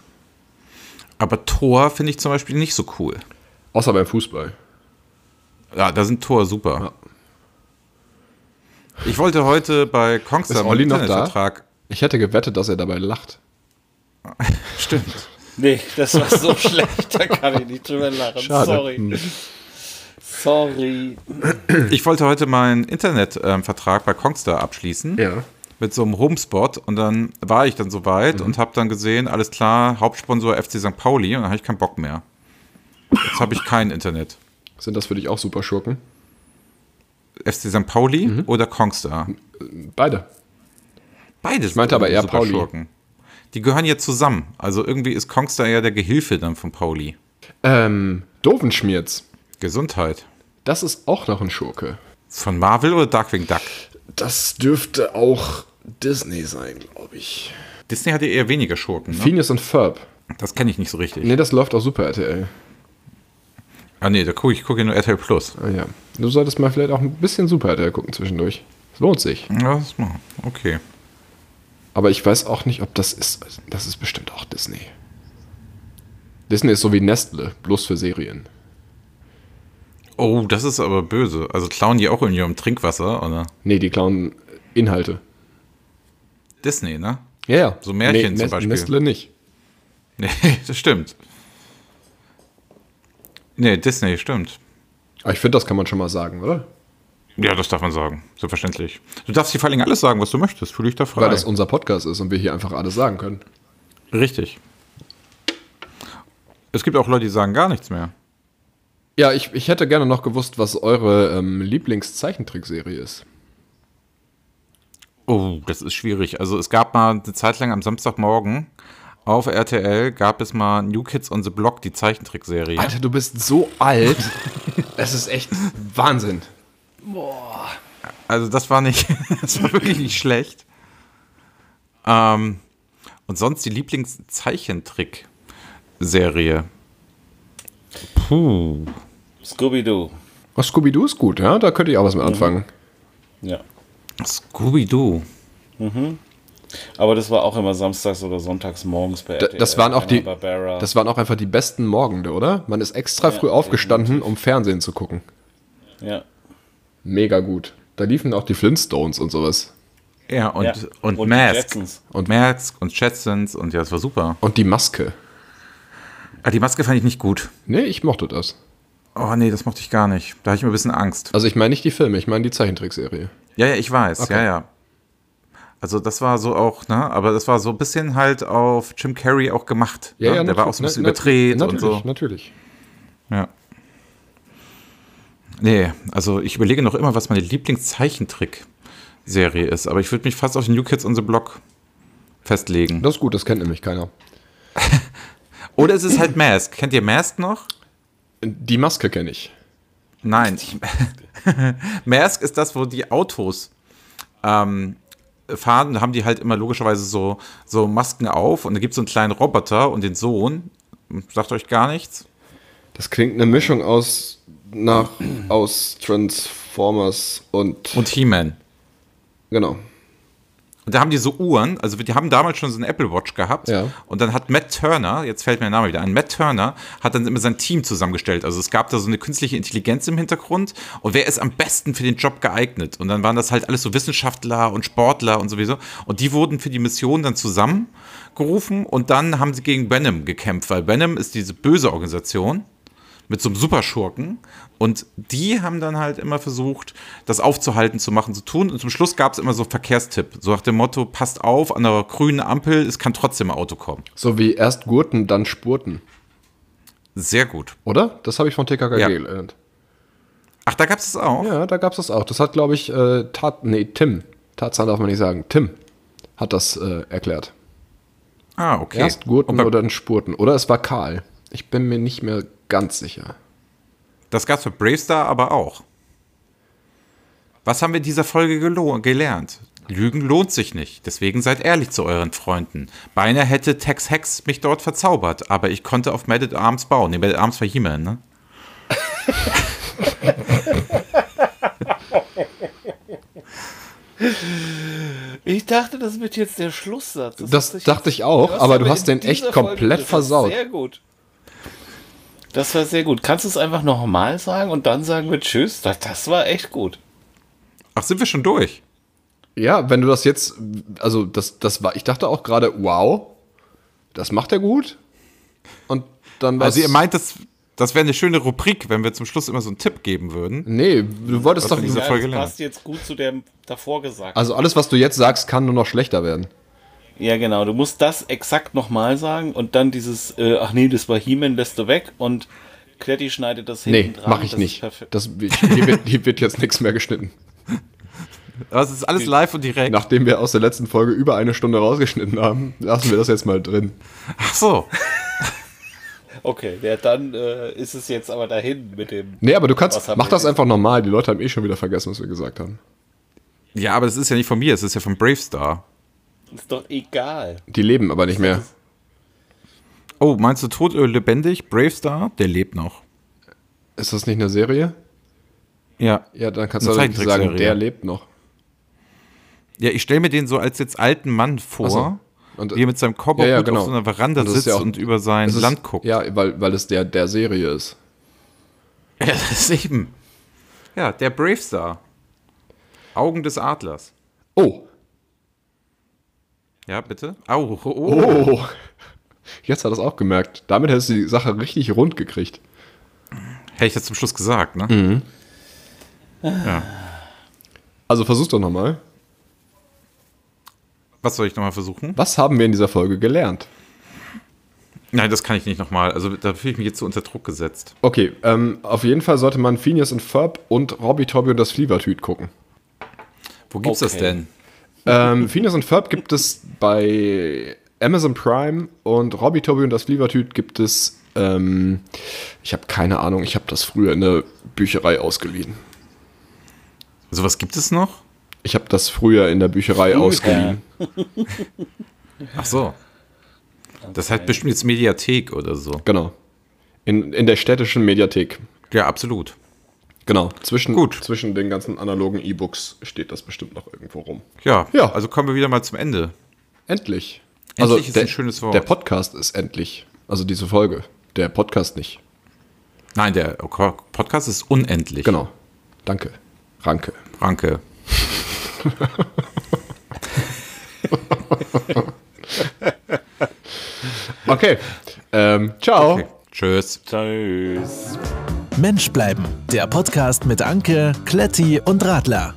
B: Aber Thor finde ich zum Beispiel nicht so cool.
A: Außer beim Fußball.
B: Ja, da sind Thor super. Ich wollte heute bei Kongstar
A: Ist Olli noch da?
B: Internetvertrag.
A: Ich hätte gewettet, dass er dabei lacht.
B: Stimmt.
C: Nee, das war so schlecht, da kann ich nicht drüber lachen.
A: Schade. Hm.
C: Sorry. Sorry.
B: Ich wollte heute meinen Internetvertrag bei Kongstar abschließen.
A: Ja.
B: mit so einem Homespot und dann war ich dann soweit und habe dann gesehen, alles klar, Hauptsponsor FC St. Pauli und dann habe ich keinen Bock mehr. Jetzt habe ich kein Internet.
A: Sind das für dich auch super Schurken?
B: FC St. Pauli oder Kongstar?
A: Beide.
B: Beides. Ich
A: meinte aber eher Pauli.
B: Die gehören ja zusammen. Also irgendwie ist Kongstar ja der Gehilfe dann von Pauli.
A: Ähm, Dovenschmierz.
B: Gesundheit.
A: Das ist auch noch ein Schurke.
B: Von Marvel oder Darkwing Duck?
A: Das dürfte auch Disney sein, glaube ich.
B: Disney hatte eher weniger Schurken. Ne?
A: Phineas und Ferb.
B: Das kenne ich nicht so richtig.
A: Nee, das läuft auf Super RTL.
B: Ah nee, da gucke ich gucke nur RTL Plus.
A: Ah ja. Du solltest mal vielleicht auch ein bisschen Super RTL gucken zwischendurch. Es lohnt sich.
B: Ja, das ist mal. Okay.
A: Aber ich weiß auch nicht, ob das ist. Das ist bestimmt auch Disney. Disney ist so wie Nestle, bloß für Serien.
B: Oh, das ist aber böse. Also klauen die auch in ihrem Trinkwasser, oder?
A: Nee, die klauen Inhalte.
B: Disney, ne?
A: Ja, ja.
B: So Märchen zum
A: Nes-
B: Beispiel.
A: Nestle nicht.
B: Nee, das stimmt. Nee, Disney, stimmt.
A: Aber ich finde, das kann man schon mal sagen, oder?
B: Ja, das darf man sagen. Selbstverständlich. Du darfst hier vor allen Dingen alles sagen, was du möchtest. Fühl dich da frei.
A: Weil das unser Podcast ist und wir hier einfach alles sagen können.
B: Richtig. Es gibt auch Leute, die sagen gar nichts mehr.
A: Ja, ich, ich hätte gerne noch gewusst, was eure ähm, Lieblingszeichentrickserie ist.
B: Oh, das ist schwierig. Also es gab mal eine Zeit lang am Samstagmorgen auf RTL gab es mal New Kids on the Block, die Zeichentrickserie.
A: Alter, du bist so alt. Es ist echt Wahnsinn.
B: Also das war nicht, das war wirklich nicht schlecht. Ähm, und sonst die Lieblingszeichentrick-Serie. Puh.
C: Scooby-Doo.
A: Oh, Scooby-Doo ist gut, ja? Da könnte ich auch was mit anfangen.
C: Ja.
B: Scooby-Doo.
C: Aber das war auch immer samstags oder sonntags morgens bei
A: Da,
C: RTL.
A: das, waren auch die,
C: Barbara.
A: das waren auch einfach die besten Morgende, oder? Man ist extra früh aufgestanden, um Fernsehen zu gucken.
C: ja.
A: Mega gut. Da liefen auch die Flintstones und sowas.
B: Ja, und,
C: ja.
B: und,
C: die
B: Mask.
C: Jetsons.
B: Und Mask und Jetsons und ja, das war super.
A: Und die Maske.
B: Ah, die Maske fand ich nicht gut.
A: Nee, ich mochte das.
B: Oh nee, das mochte ich gar nicht. Da hatte ich mir ein bisschen Angst.
A: Also ich meine nicht die Filme, ich meine die Zeichentrickserie.
B: Ja, ja, ich weiß. Ja, ja. Also das war so auch, ne? Aber das war so ein bisschen halt auf Jim Carrey auch gemacht. ne? Der war
A: natürlich,
B: auch so ein bisschen
A: na- na-
B: überdreht und
A: natürlich,
B: so.
A: Natürlich,
B: Ja. Nee, also ich überlege noch immer, was meine Lieblingszeichentrick-Serie ist, aber ich würde mich fast auf New Kids on the Block festlegen.
A: Das ist gut, das kennt nämlich keiner.
B: Oder es ist halt Mask. Kennt ihr Mask noch?
A: Die Maske kenne ich.
B: Nein. Mask ist das, wo die Autos ähm, fahren, da haben die halt immer logischerweise so, so Masken auf und da gibt es so einen kleinen Roboter und den Sohn. Sagt euch gar nichts.
A: Das klingt eine Mischung aus, nach, aus Transformers und,
B: Und He-Man.
A: Genau.
B: Und da haben die so Uhren, also die haben damals schon so eine Apple Watch gehabt.
A: Ja.
B: Und dann hat Matt Turner, jetzt fällt mir der Name wieder ein, Matt Turner hat dann immer sein Team zusammengestellt. Also es gab da so eine künstliche Intelligenz im Hintergrund und wer ist am besten für den Job geeignet? Und dann waren das halt alles so Wissenschaftler und Sportler und sowieso. Und die wurden für die Mission dann zusammengerufen und dann haben sie gegen Venom gekämpft, weil Venom ist diese böse Organisation mit so einem Superschurken. Und die haben dann halt immer versucht, das aufzuhalten, zu machen, zu tun. Und zum Schluss gab es immer so Verkehrstipp. So nach dem Motto, passt auf, an der grünen Ampel, es kann trotzdem ein Auto kommen.
A: So wie erst Gurten, dann Spurten.
B: Sehr gut.
A: Oder? Das habe ich von TKKG
B: Ja.
A: gelernt.
B: Ach, da gab es das auch?
A: Ja, da gab es das auch. Das hat, glaube ich, äh, Tat, nee, Tim. Tarzan darf man nicht sagen. Tim hat das äh, erklärt.
B: Ah, okay.
A: Erst
B: Und
A: Gurten
B: bei,
A: oder dann Spurten. Oder es war Karl. Ich bin mir nicht mehr ganz sicher.
B: Das gab es bei Bravestar aber auch. Was haben wir in dieser Folge gelo- gelernt? Lügen lohnt sich nicht, deswegen seid ehrlich zu euren Freunden. Beinahe hätte Tex Hex mich dort verzaubert, aber ich konnte auf Mad at Arms bauen. Nee, Mad at Arms war He-Man, ne?
E: Ich dachte, das wird jetzt der Schlusssatz.
A: Das
E: hat sich
A: dachte
E: jetzt-
A: ich auch,
E: hast
A: aber
E: du
A: du hast
E: in
A: den echt
E: dieser Folge
A: komplett
E: getroffen.
A: versaut.
E: Sehr gut. Das war sehr gut. Kannst du es einfach nochmal sagen und dann sagen wir Tschüss? Das, das war echt gut.
B: Ach, sind wir schon durch?
A: Ja, wenn du das jetzt, also das, das war, ich dachte auch gerade, wow, das macht er gut. Und dann war
B: Also
A: es-
B: ihr meint, das, das wäre eine schöne Rubrik, wenn wir zum Schluss immer so einen Tipp geben würden.
A: nee, du wolltest doch,
B: in dieser
E: Ja,
B: Folge
E: das
B: gelernt.
E: passt jetzt gut zu dem davor gesagt.
A: also alles, was du jetzt sagst, kann nur noch schlechter werden.
E: ja, genau. Du musst das exakt nochmal sagen und dann dieses, äh, ach nee, das war He-Man, lässt du weg und Kletti schneidet das
A: Nee,
E: hinten dran.
A: mach
E: Das
A: ich
E: ist
A: nicht.
E: perfekt.
A: Das, hier, wird, hier wird jetzt nichts mehr geschnitten.
B: Aber es ist alles live und direkt.
A: Nachdem wir aus der letzten Folge über eine Stunde rausgeschnitten haben, lassen wir das jetzt mal drin.
B: Ach so.
E: Okay, ja, dann äh, ist es jetzt aber dahin mit dem.
A: Nee, aber du kannst,
E: Was haben
A: mach
E: wir
A: das
E: jetzt?
A: einfach normal. Die Leute haben eh schon wieder vergessen, was wir gesagt haben.
B: Ja, aber das ist ja nicht von mir, es ist ja von Bravestar.
E: Ist doch egal.
A: Die leben aber nicht mehr.
B: Oh, meinst du tot oder lebendig? Bravestar? Der lebt noch.
A: Ist das nicht eine Serie?
B: Ja.
A: Ja, dann kannst du
B: Eine
A: doch nicht sagen,
B: Zeichentrickserie.
A: der lebt noch.
B: Ja, ich stelle mir den so als jetzt alten Mann vor,
A: Ach so. Und- äh,
B: wie er mit seinem Cowboy
A: Ja, ja, genau.
B: auf so einer Veranda
A: Und das ist ja
B: sitzt
A: auch-
B: und über sein
A: Es ist-
B: Land guckt.
A: Ja, weil, weil es der, der Serie ist.
B: Ja, das ist eben. Ja, der Bravestar. Augen des Adlers.
A: Oh,
B: Ja, bitte? Au, oh, oh.
A: oh. Jetzt hat er es auch gemerkt. Damit hättest du die Sache richtig rund gekriegt.
B: Hätte ich das zum Schluss gesagt, ne?
A: Mhm. Also versuch doch nochmal.
B: Was soll ich nochmal versuchen?
A: Was haben wir in dieser Folge gelernt?
B: Nein, das kann ich nicht nochmal. Also da fühle ich mich jetzt so unter Druck gesetzt.
A: Okay, ähm, auf jeden Fall sollte man Phineas und Ferb und Robbie Toby und das Flievertüt gucken.
B: Wo gibt's das
E: Okay.
B: denn?
A: Ähm, Phineas und Ferb gibt es bei Amazon Prime und Robbie Toby und das Flievertüt gibt es. Ähm, ich habe keine Ahnung, ich habe das früher in der Bücherei ausgeliehen.
B: Sowas gibt es noch?
A: Ich habe das früher in der Bücherei ausgeliehen.
B: Ach so. Das ist halt bestimmt jetzt Mediathek oder so.
A: Genau. In, in der städtischen Mediathek.
B: Ja, absolut.
A: Genau. Zwischen,
B: Gut.
A: zwischen den ganzen analogen E-Books steht das bestimmt noch irgendwo rum.
B: Ja,
A: Ja.
B: also kommen wir wieder mal zum Ende.
A: Endlich. Also
B: Endlich ist ein schönes Wort.
A: Der Podcast ist endlich. Also diese Folge. Der Podcast nicht.
B: Nein, der Podcast ist unendlich.
A: Genau. Danke. Ranke.
B: Ranke.
A: Okay. ähm, ciao.
B: Okay. Tschüss.
E: Tschüss.
D: Mensch bleiben. Der Podcast mit Anke, Kletti und Radler.